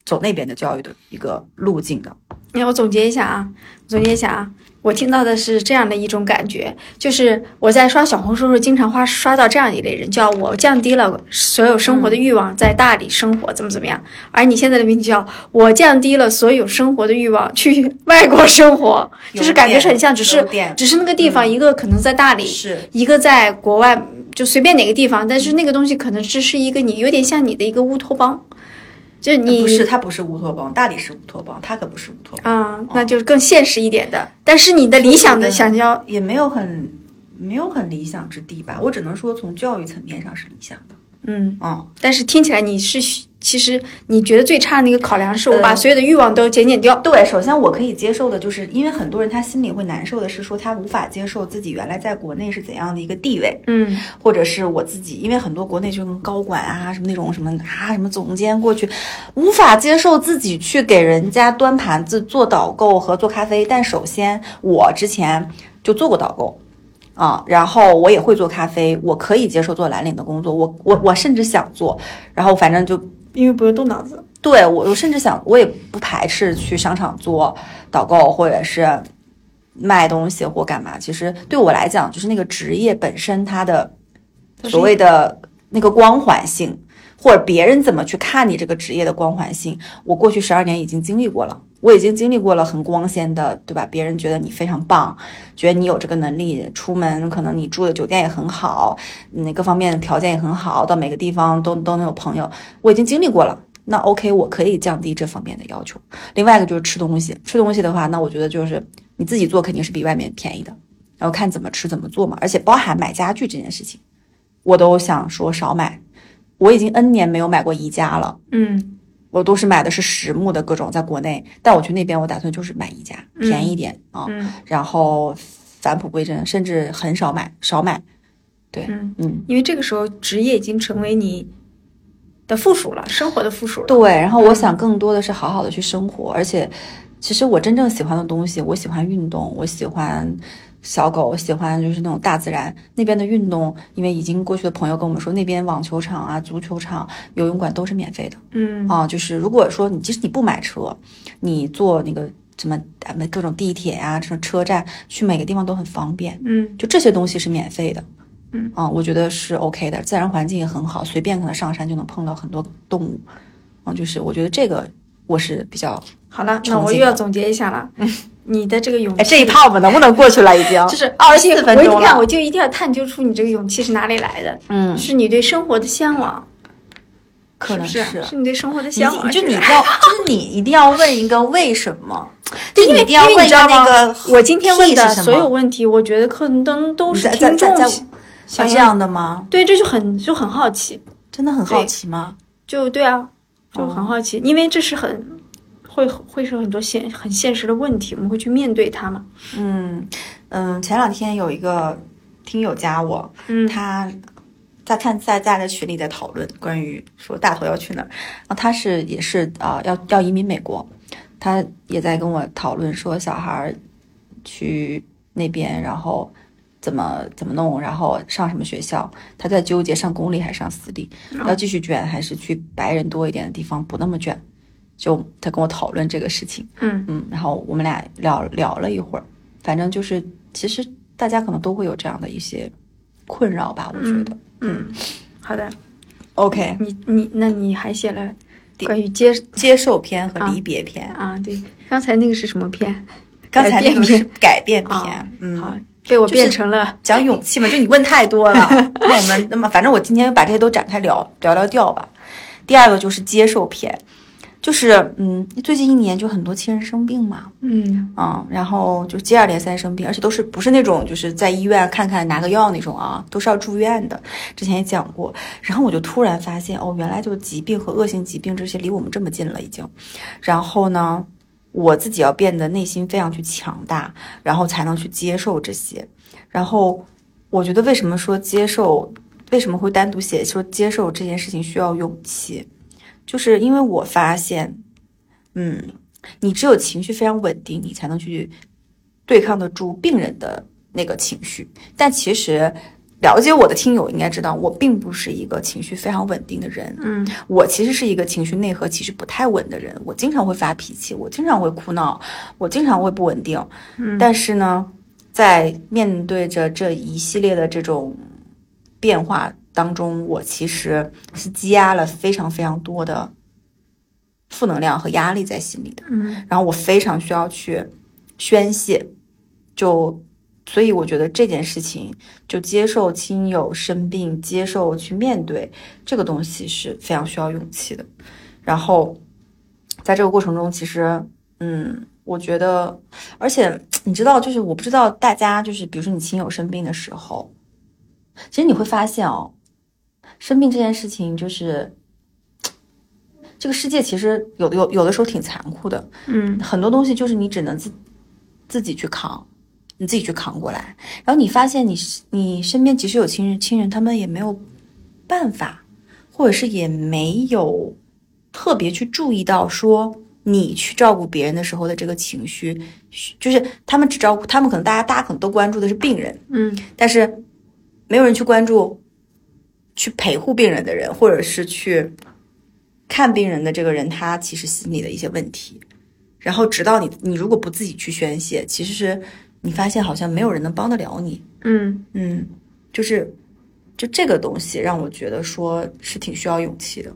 Speaker 2: 走那边的教育的一个路径的。
Speaker 1: 那我总结一下啊，总结一下啊，我听到的是这样的一种感觉，就是我在刷小红书的时候，经常花刷到这样一类人，叫我降低了所有生活的欲望，在大理生活怎么怎么样，而你现在的名字叫我降低了所有生活的欲望去外国生活，就是感觉是很像，只是
Speaker 2: 点嗯
Speaker 1: 只是那个地方，一个可能在大理，
Speaker 2: 是
Speaker 1: 一个在国外，就随便哪个地方，但是那个东西可能只是一个你有点像你的一个乌托邦，就是你
Speaker 2: 呃不是他哦不是乌托邦，大理是乌托邦，他可不是乌托邦，
Speaker 1: 啊、那就是更现实一点的。但是你的啊理想的想要，
Speaker 2: 也没有很没有很理想之地吧。我只能说从教育层面上是理想的。
Speaker 1: 嗯，
Speaker 2: 嗯，
Speaker 1: 但是听起来你是需其实你觉得最差的那个考量是我
Speaker 2: 呃
Speaker 1: 把所有的欲望都减减掉。
Speaker 2: 对，首先我可以接受的就是，因为很多人他心里会难受的是说他无法接受自己原来在国内是怎样的一个地位。
Speaker 1: 嗯
Speaker 2: 或者是我自己，因为很多国内就跟高管啊什么那种什么啊什么总监过去，无法接受自己去给人家端盘子、做导购和做咖啡。但首先，我之前就做过导购。啊，然后我也会做咖啡，我可以接受做蓝领的工作，我我我甚至想做，然后反正就
Speaker 1: 因为不用动脑子。
Speaker 2: 对我，我甚至想，我也不排斥去商场做导购或者是卖东西或干嘛。其实对我来讲，就是那个职业本身它的
Speaker 1: 它是一
Speaker 2: 所谓的那个光环性，或者别人怎么去看你这个职业的光环性，我过去十二年已经经历过了。我已经经历过了很光鲜的，对吧？别人觉得你非常棒，觉得你有这个能力，出门可能你住的酒店也很好，嗯，各方面的条件也很好，到每个地方都都能有朋友。我已经经历过了，那 OK，我可以降低这方面的要求。另外一个就是吃东西，吃东西的话，那我觉得就是你自己做肯定是比外面便宜的，然后看怎么吃怎么做嘛，而且包含买家具这件事情，我都想说少买。我已经 N 年没有买过宜家了，
Speaker 1: 嗯
Speaker 2: 我都是买的是实木的各种，在国内，但我去那边我打算就是买宜家，便宜一点啊，
Speaker 1: 嗯
Speaker 2: 然后返璞归真，甚至很少买，少买，
Speaker 1: 嗯，
Speaker 2: 嗯。
Speaker 1: 因为这个时候职业已经成为你的附属了，生活的附属了。
Speaker 2: 对，然后我想更多的是好好的去生活，而且其实我真正喜欢的东西，我喜欢运动，我喜欢小狗，我喜欢就是那种大自然那边的运动，因为已经过去的朋友跟我们说，那边网球场啊、足球场、游泳馆都是免费的
Speaker 1: 嗯
Speaker 2: 啊。就是如果说你即使你不买车，你坐那个什么咱们各种地铁啊、这种车站去每个地方都很方便，
Speaker 1: 嗯
Speaker 2: 就这些东西是免费的。
Speaker 1: 嗯
Speaker 2: 啊，我觉得是 OK 的，自然环境也很好，随便可能上山就能碰到很多动物。啊，就是我觉得这个我是比较
Speaker 1: 好了，
Speaker 2: 憧憬
Speaker 1: 那我又要总结一下 了。你哎的这个勇气，
Speaker 2: 哎这一趴我们能不能过去了？已经
Speaker 1: 就是
Speaker 2: 二十四分
Speaker 1: 哦我
Speaker 2: 钟
Speaker 1: 一看
Speaker 2: 了。
Speaker 1: 我就一定要探究出你这个勇气是哪里来的，
Speaker 2: 嗯，
Speaker 1: 是你对生活的向往，
Speaker 2: 可能
Speaker 1: 是不是你对生活的向往，
Speaker 2: 你就是你
Speaker 1: 不是哎
Speaker 2: 要，就是你一定要问一个为什 么，就
Speaker 1: 因
Speaker 2: 你
Speaker 1: 为
Speaker 2: 一定要
Speaker 1: 因为
Speaker 2: 问
Speaker 1: 你
Speaker 2: 一
Speaker 1: 知
Speaker 2: 个
Speaker 1: 道
Speaker 2: 那个
Speaker 1: 吗，我今天问的
Speaker 2: 屁是什么
Speaker 1: 所有问题，我觉得可能都是
Speaker 2: 在在
Speaker 1: 听众
Speaker 2: 在
Speaker 1: 想
Speaker 2: 在像
Speaker 1: 想
Speaker 2: 这样的吗？
Speaker 1: 对，这就很就很好奇，
Speaker 2: 真的很好
Speaker 1: 对
Speaker 2: 奇吗？
Speaker 1: 就对啊，就
Speaker 2: 哦
Speaker 1: 很好奇，因为这是很会会是很多现很现实的问题，我们会去面对它嘛。
Speaker 2: 嗯嗯，前两天有一个听友加我，
Speaker 1: 嗯
Speaker 2: 他在看在大家的群里在讨论关于说大头要去哪儿，然后他是也是啊、要要移民美国，他也在跟我讨论说小孩儿去那边，然后怎么怎么弄，然后上什么学校，他在纠结上公立还是上私立，要继续卷还是去白人多一点的地方不那么卷，就他跟我讨论这个事情。
Speaker 1: 嗯，
Speaker 2: 嗯，然后我们俩聊聊了一会儿，反正就是其实大家可能都会有这样的一些困扰吧，我觉得。
Speaker 1: 嗯，好的，
Speaker 2: OK，
Speaker 1: 你你那你还写了关于接
Speaker 2: 接受篇和离别篇，
Speaker 1: 啊？对，刚才那个是什么片？
Speaker 2: 刚才那个是
Speaker 1: 改
Speaker 2: 改变篇，
Speaker 1: 啊
Speaker 2: 嗯，
Speaker 1: 好，被我
Speaker 2: 就是
Speaker 1: 变成了
Speaker 2: 讲勇气嘛，就你问太多了。那我们那么，反正我今天把这些都展开聊聊聊掉吧。第二个就是接受篇，就是嗯，最近一年就很多亲人生病嘛，
Speaker 1: 嗯
Speaker 2: 嗯，然后就接二连三生病，而且都是不是那种就是在医院看看拿个药那种啊，都是要住院的。之前也讲过，然后我就突然发现，哦，原来就是疾病和恶性疾病这些离我们这么近了已经。然后呢，我自己要变得内心非常去强大，然后才能去接受这些。然后我觉得为什么说接受，为什么会单独写说接受这件事情需要勇气，就是因为我发现，嗯。你只有情绪非常稳定，你才能去对抗得住病人的那个情绪。但其实，了解我的听友应该知道，我并不是一个情绪非常稳定的人。
Speaker 1: 嗯
Speaker 2: 我其实是一个情绪内核其实不太稳的人，我经常会发脾气，我经常会哭闹，我经常会不稳定。
Speaker 1: 嗯
Speaker 2: 但是呢，在面对着这一系列的这种变化当中，我其实是积压了非常非常多的负能量和压力在心里的。
Speaker 1: 嗯
Speaker 2: 然后我非常需要去宣泄，就所以我觉得这件事情，就接受亲友生病，接受去面对这个东西是非常需要勇气的。然后在这个过程中，其实嗯，我觉得，而且你知道，就是我不知道大家就是比如说你亲友生病的时候，其实你会发现哦，生病这件事情就是。这个世界其实有的有有的时候挺残酷的，
Speaker 1: 嗯
Speaker 2: 很多东西就是你只能自自己去扛，你自己去扛过来。然后你发现你你身边即使有亲人亲人，他们也没有办法，或者是也没有特别去注意到说你去照顾别人的时候的这个情绪，就是他们只照顾他们可能大家大家可能都关注的是病人，
Speaker 1: 嗯
Speaker 2: 但是没有人去关注去陪护病人的人，或者是去看病人的这个人，他其实心里的一些问题。然后，直到你你如果不自己去宣泄，其实是你发现好像没有人能帮得了你。
Speaker 1: 嗯
Speaker 2: 嗯，就是就这个东西让我觉得说是挺需要勇气的，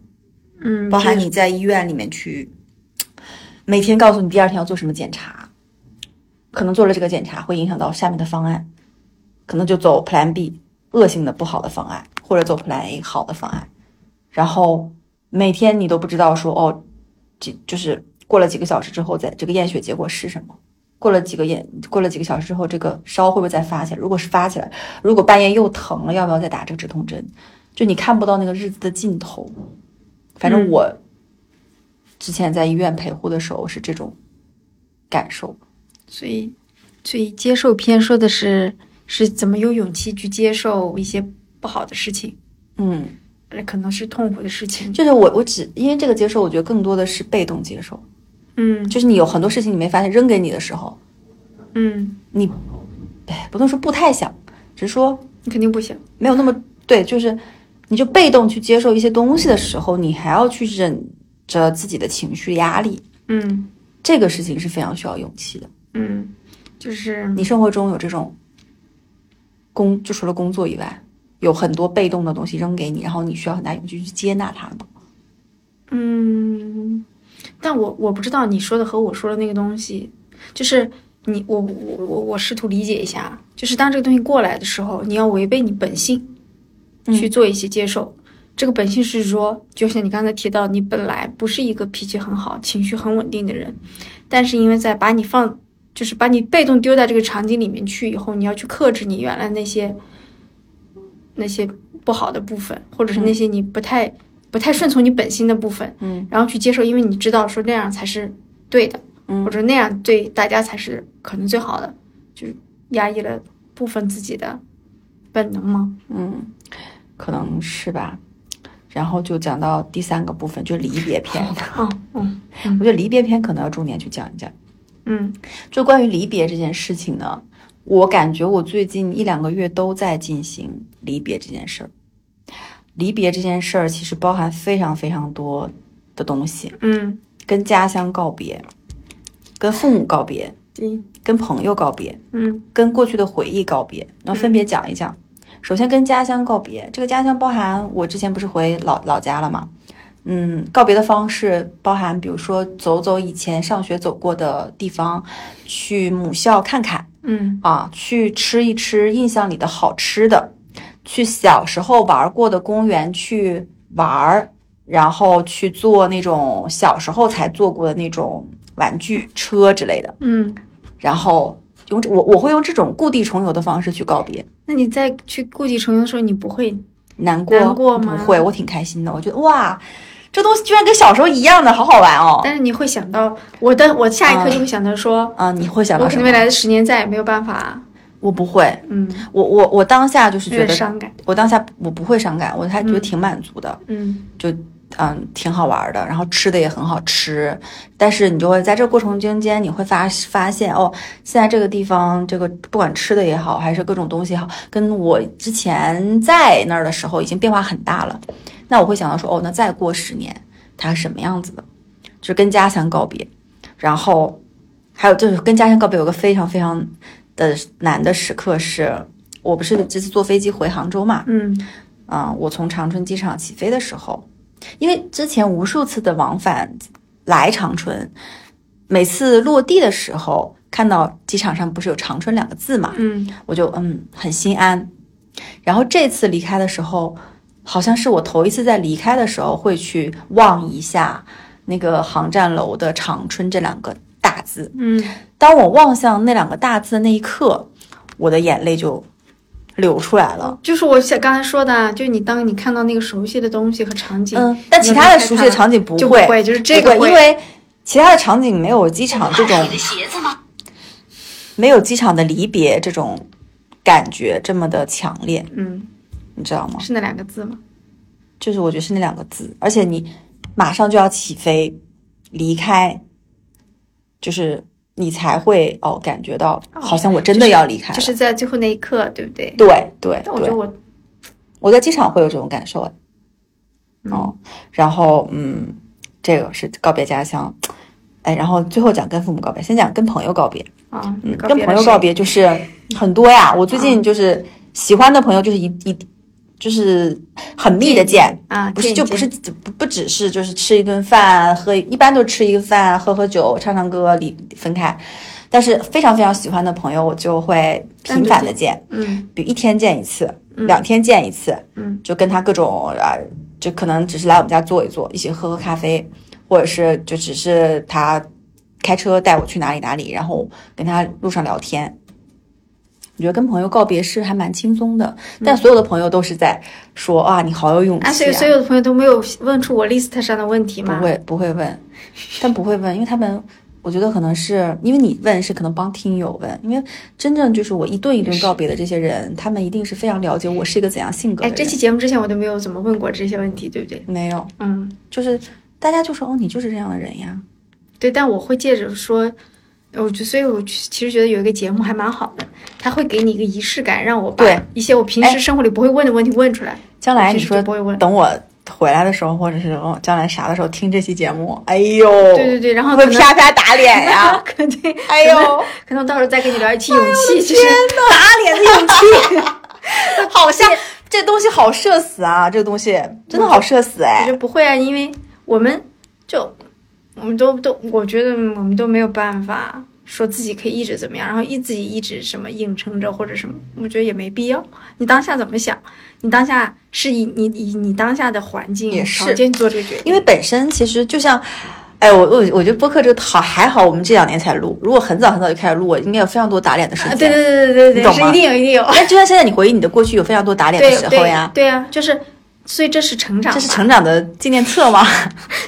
Speaker 1: 嗯，
Speaker 2: 包含
Speaker 1: 就是
Speaker 2: 你在医院里面去每天告诉你第二天要做什么检查，可能做了这个检查会影响到下面的方案，可能就走 Plan B 恶性的不好的方案，或者走 Plan A 好的方案，然后每天你都不知道说哦，这就是过了几个小时之后，在这个验血结果是什么。过了几个验，过了几个小时之后，这个烧会不会再发起来？如果是发起来，如果半夜又疼了，要不要再打这个止痛针？就你看不到那个日子的尽头。反正
Speaker 1: 嗯
Speaker 2: 我之前在医院陪护的时候是这种感受。
Speaker 1: 所以所以接受篇说的是是怎么有勇气去接受一些不好的事情，
Speaker 2: 嗯，
Speaker 1: 呃可能是痛苦的事情。
Speaker 2: 就是我我只因为这个接受，我觉得更多的是被动接受，
Speaker 1: 嗯
Speaker 2: 就是你有很多事情你没发现扔给你的时候，
Speaker 1: 嗯，
Speaker 2: 你哎不能说不太想，只是说
Speaker 1: 你肯定不行。
Speaker 2: 没有那么对，就是你就被动去接受一些东西的时候，你还要去忍着自己的情绪压力，
Speaker 1: 嗯
Speaker 2: 这个事情是非常需要勇气的。
Speaker 1: 嗯，就是
Speaker 2: 你生活中有这种工，就除了工作以外，有很多被动的东西扔给你，然后你需要很大勇气去接纳它吗？
Speaker 1: 嗯，但我我不知道你说的和我说的那个东西，就是你我我我我试图理解一下，就是当这个东西过来的时候，你要违背你本性
Speaker 2: 嗯
Speaker 1: 去做一些接受。这个本性是说，就像你刚才提到，你本来不是一个脾气很好、情绪很稳定的人，但是因为在把你放，就是把你被动丢在这个场景里面去以后，你要去克制你原来那些那些不好的部分，或者是那些你不太、不太顺从你本心的部分，
Speaker 2: 嗯，
Speaker 1: 然后去接受，因为你知道说那样才是对的，
Speaker 2: 嗯
Speaker 1: 或者那样对大家才是可能最好的，就是压抑了部分自己的本能吗？
Speaker 2: 嗯，可能是吧。然后就讲到第三个部分，就是离别篇。
Speaker 1: 嗯嗯
Speaker 2: 我觉得离别篇可能要重点去讲一讲。
Speaker 1: 嗯
Speaker 2: 就关于离别这件事情呢，我感觉我最近一两个月都在进行离别这件事儿。离别这件事儿其实包含非常非常多的东西，
Speaker 1: 嗯，
Speaker 2: 跟家乡告别，跟父母告别，
Speaker 1: 对，
Speaker 2: 跟朋友告别，
Speaker 1: 嗯
Speaker 2: 跟过去的回忆告别。那分别讲一讲。首先跟家乡告别，这个家乡包含我之前不是回老老家了嘛？嗯，告别的方式包含，比如说走走以前上学走过的地方，去母校看看，
Speaker 1: 嗯
Speaker 2: 啊，去吃一吃印象里的好吃的，去小时候玩过的公园去玩儿，然后去做那种小时候才做过的那种玩具车之类的，
Speaker 1: 嗯。
Speaker 2: 然后用这我我会用这种故地重游的方式去告别。
Speaker 1: 那你在去故地重游的时候，你不会
Speaker 2: 难过
Speaker 1: 难过吗
Speaker 2: 不会，我挺开心的。我觉得哇，这东西居然跟小时候一样的，好好玩哦。
Speaker 1: 但是你会想到我的，我下一刻就会想到说，
Speaker 2: 啊，你会想
Speaker 1: 我
Speaker 2: 到
Speaker 1: 可
Speaker 2: 什
Speaker 1: 能
Speaker 2: 么
Speaker 1: 未？来的十年再也没有办法，
Speaker 2: 我不会，
Speaker 1: 嗯，
Speaker 2: 我我我当下就是
Speaker 1: 有
Speaker 2: 觉
Speaker 1: 点
Speaker 2: 得，
Speaker 1: 伤感，
Speaker 2: 我当下我不会伤感，我还觉得
Speaker 1: 嗯
Speaker 2: 挺满足的。
Speaker 1: 嗯
Speaker 2: 嗯，挺好玩儿的，然后吃的也很好吃，但是你就会在这个过程中间，你会发发现哦，现在这个地方，这个不管吃的也好，还是各种东西也好，跟我之前在那儿的时候已经变化很大了。那我会想到说，哦，那再过十年，它是什么样子的？就是跟家乡告别，然后还有就是跟家乡告别，有个非常非常的难的时刻是，我不是这次坐飞机回杭州嘛，
Speaker 1: 嗯
Speaker 2: 啊、我从长春机场起飞的时候，因为之前无数次的往返来长春，每次落地的时候看到机场上不是有长春两个字嘛，
Speaker 1: 嗯
Speaker 2: 我就嗯很心安。然后这次离开的时候，好像是我头一次在离开的时候会去望一下那个航站楼的长春这两个大字。
Speaker 1: 嗯
Speaker 2: 当我望向那两个大字的那一刻，我的眼泪就流出来了。
Speaker 1: 就是我想刚才说的，就你当你看到那个熟悉的东西和场景，
Speaker 2: 嗯，但其他的熟悉的场景不
Speaker 1: 就
Speaker 2: 会，
Speaker 1: 会，就是这个
Speaker 2: 不会，因为其他的场景没有机场这种
Speaker 3: 你的鞋子吗？
Speaker 2: 没有机场的离别这种感觉这么的强烈，
Speaker 1: 嗯，
Speaker 2: 你知道吗？
Speaker 1: 是那两个字吗？
Speaker 2: 就是我觉得是那两个字，而且你马上就要起飞离开，就是你才会哦感觉到
Speaker 1: 哦
Speaker 2: 好像我真的要离开了，
Speaker 1: 就是在最后那一刻，对不对？
Speaker 2: 对对
Speaker 1: 但我觉得
Speaker 2: 对，
Speaker 1: 我，
Speaker 2: 我在机场会有这种感受，哎
Speaker 1: 嗯
Speaker 2: 哦，然后嗯，这个是告别家乡，哎，然后最后讲跟父母告别，先讲跟朋友告别。
Speaker 1: 啊，
Speaker 2: 嗯，
Speaker 1: 告
Speaker 2: 跟
Speaker 1: 别
Speaker 2: 朋
Speaker 1: 了
Speaker 2: 友
Speaker 1: 谁
Speaker 2: 告，别就是很多呀。我最
Speaker 1: 嗯
Speaker 2: 近就是喜欢的朋友就是一一就是很密的见，
Speaker 1: 啊，
Speaker 2: 不是
Speaker 1: 见
Speaker 2: 就
Speaker 1: 一
Speaker 2: 不是
Speaker 1: 见
Speaker 2: 不不只是就是吃一顿饭喝，一般都吃一个饭喝喝酒唱唱歌离分开，但是非常非常喜欢的朋友我就会频繁的见，
Speaker 1: 嗯
Speaker 2: 比如一天见一次，
Speaker 1: 嗯
Speaker 2: 两天见一次，
Speaker 1: 嗯
Speaker 2: 就跟他各种啊，就可能只是来我们家坐一坐，一起喝喝咖啡，或者是就只是他开车带我去哪里哪里，然后跟他路上聊天。我觉得跟朋友告别是还蛮轻松的，但所有的朋友都是在说啊，你好有勇气、
Speaker 1: 嗯啊，所以所有的朋友都没有问出我 list 上的问题
Speaker 2: 不
Speaker 1: 吗？
Speaker 2: 会不会问，但不会问，因为他们，我觉得可能是因为你问是可能帮听友问，因为真正就是我一顿一顿告别的这些人，他们一定是非常了解我是一个怎样性格的
Speaker 1: 哎，
Speaker 2: 人。
Speaker 1: 这期节目之前我都没有怎么问过这些问题，对不对？
Speaker 2: 没有，
Speaker 1: 嗯，
Speaker 2: 就是大家就说哦，你就是这样的人呀，
Speaker 1: 对，但我会借着说，呃我就所以，我其实觉得有一个节目还蛮好的，它会给你一个仪式感，让我把
Speaker 2: 对哎
Speaker 1: 一些我平时生活里不会问的问题问出来。
Speaker 2: 将来你
Speaker 1: 平时
Speaker 2: 说
Speaker 1: 就不会问。
Speaker 2: 等我回来的时候，或者是哦将来啥的时候听这期节目，哎呦，
Speaker 1: 对对对，然后
Speaker 2: 会
Speaker 1: 可
Speaker 2: 不会
Speaker 1: 能，
Speaker 2: 啪啪打脸呀
Speaker 1: 肯定，
Speaker 2: 哎呦，
Speaker 1: 可
Speaker 2: 哎
Speaker 1: 能可能到时候再跟你聊一期勇气，就是
Speaker 2: 打脸的勇气， 好像这东西好社死啊，这个东西真的好社死
Speaker 1: 我觉
Speaker 2: 哎，
Speaker 1: 得不会啊，因为我们就我们都都，我觉得我们都没有办法说自己可以一直怎么样，然后一自己一直什么硬撑着或者什么，我觉得也没必要。你当下怎么想，你当下是以你以你当下的环境
Speaker 2: 也是
Speaker 1: 条件做这个决定，
Speaker 2: 因为本身其实就像。哎，我我我觉得播客这个好还好，我们这两年才录。如果很早很早就开始录，我应该有非常多打脸的瞬
Speaker 1: 啊
Speaker 2: 间。
Speaker 1: 对对对对对
Speaker 2: 你
Speaker 1: 对，
Speaker 2: 懂
Speaker 1: 是
Speaker 2: 吗
Speaker 1: 一定有一定有，
Speaker 2: 但就像现在你回忆你的过去，有非常多打脸的
Speaker 1: 对
Speaker 2: 时候呀
Speaker 1: 对。对啊，就是。所以这是成长吧，
Speaker 2: 这是成长的纪念册吗？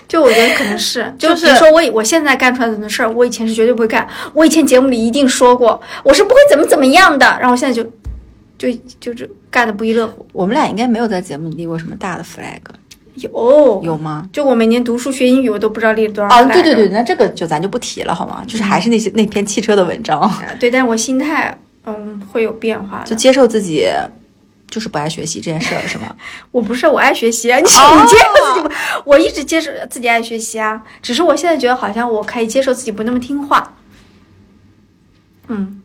Speaker 1: 就我觉得可能 是，
Speaker 2: 就是
Speaker 1: 比如说我以我现在干出来的事儿，我以前是绝对不会干。我以前节目里一定说过，我是不会怎么怎么样的，然后我现在就就就是干的不亦乐乎。
Speaker 2: 我们俩应该没有在节目里立过什么大的 flag，
Speaker 1: 有，
Speaker 2: 有吗？
Speaker 1: 就我每年读数学英语，我都不知道立了多少
Speaker 2: 啊，
Speaker 1: flag
Speaker 2: 对对对，那这个就咱就不提了好吗？就是还是那些那篇汽车的文章，
Speaker 1: 啊对，但我心态嗯会有变化
Speaker 2: 就
Speaker 1: 的。
Speaker 2: 接受自己就是不爱学习这件事儿是 吗？
Speaker 1: 我不是我爱学 习啊，你
Speaker 2: 哦
Speaker 1: 你接受自己不？我一直接受自己爱学习啊，只是我现在觉得好像我可以接受自己不那么听话。嗯，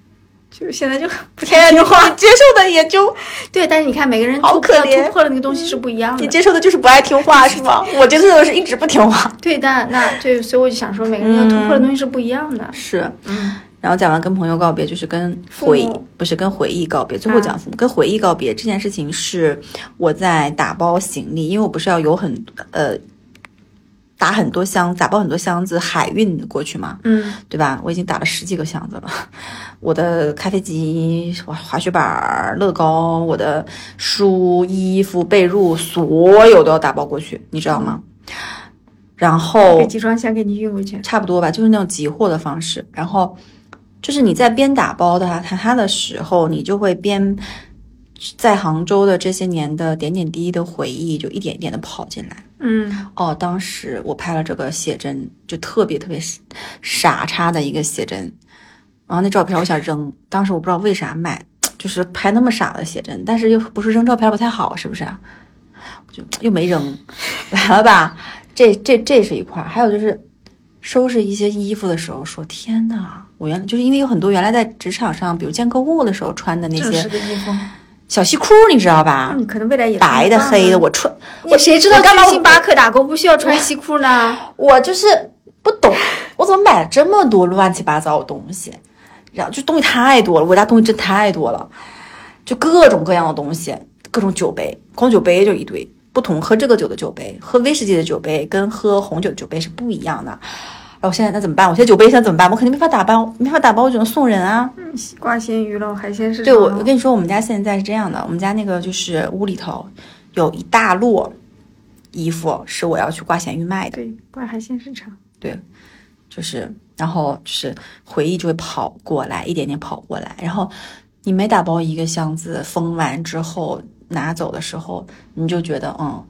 Speaker 1: 就是现在就不太听 话。
Speaker 2: 接受的也就
Speaker 1: 对，但是你看每个人
Speaker 2: 好
Speaker 1: 突破
Speaker 2: 可怜嗯
Speaker 1: 突破了那个东西是不一样的。
Speaker 2: 接受的就是不爱听话是 吗？我接受的是一直不听话。
Speaker 1: 对，但那对，所以我就想说，每个人要突
Speaker 2: 嗯
Speaker 1: 破的东西是不一样的。
Speaker 2: 是，
Speaker 1: 嗯，
Speaker 2: 然后讲完跟朋友告别，就是跟
Speaker 1: 父
Speaker 2: 回
Speaker 1: 母啊
Speaker 2: 不是跟回忆告别，最后讲父母、跟回忆告别这件事情是我在打包行李，因为我不是要有很呃打很多箱打包很多箱子海运过去嘛，
Speaker 1: 嗯，
Speaker 2: 对吧？我已经打了十几个箱子了，我的咖啡机、滑滑雪板儿、乐高、我的书、衣服、被褥，所有都要打包过去，你知道吗？
Speaker 1: 嗯
Speaker 2: 然后
Speaker 1: 给集装箱给你运过去。
Speaker 2: 差不多吧，就是那种集货的方式。然后就是你在边打包的它它的时候，你就会边在杭州的这些年的点点滴滴的回忆，就一点一点的跑进来。
Speaker 1: 嗯
Speaker 2: 哦，当时我拍了这个写真，就特别特别傻傻叉的一个写真，然后那照片我想扔，当时我不知道为啥买，就是拍那么傻的写真，但是又不是扔照片不太好，是不是啊？我就又没扔，完了吧？这这这是一块儿，还有就是收拾一些衣服的时候说，天呐，我原来就是因为有很多原来在职场上，比如见客户的时候穿的那
Speaker 1: 正式
Speaker 2: 些
Speaker 1: 的衣服，
Speaker 2: 小西裤，你知道吧？
Speaker 1: 嗯，可能未来也
Speaker 2: 白的、黑的，，我穿
Speaker 1: 我谁知
Speaker 2: 我
Speaker 1: 道
Speaker 2: 干
Speaker 1: 去
Speaker 2: 嘛
Speaker 1: 星巴克打工不需要穿西裤 呢？
Speaker 2: 我就是不懂，我怎么买了这么多乱七八糟的东西？然后就东西太多了，我家东西真太多了，就各种各样的东西，各种酒杯，光酒杯就一堆，不同喝这个酒的酒杯，喝威士忌的酒杯跟喝红酒的酒杯是不一样的。然后我现在那怎么办？我现在酒杯现在怎么办？我肯定没法打包，没法打包，我只能送人啊。
Speaker 1: 嗯西瓜鲜鱼喽，海鲜市场
Speaker 2: 对我，
Speaker 1: 喽
Speaker 2: 我跟你说，我们家现在是这样的，我们家那个就是屋里头有一大摞衣服是我要去挂闲鱼卖的。
Speaker 1: 对逛海鲜市场，
Speaker 2: 就是，然后就是回忆就会跑过来，一点点跑过来。然后你每打包一个箱子，封完之后拿走的时候，你就觉得嗯，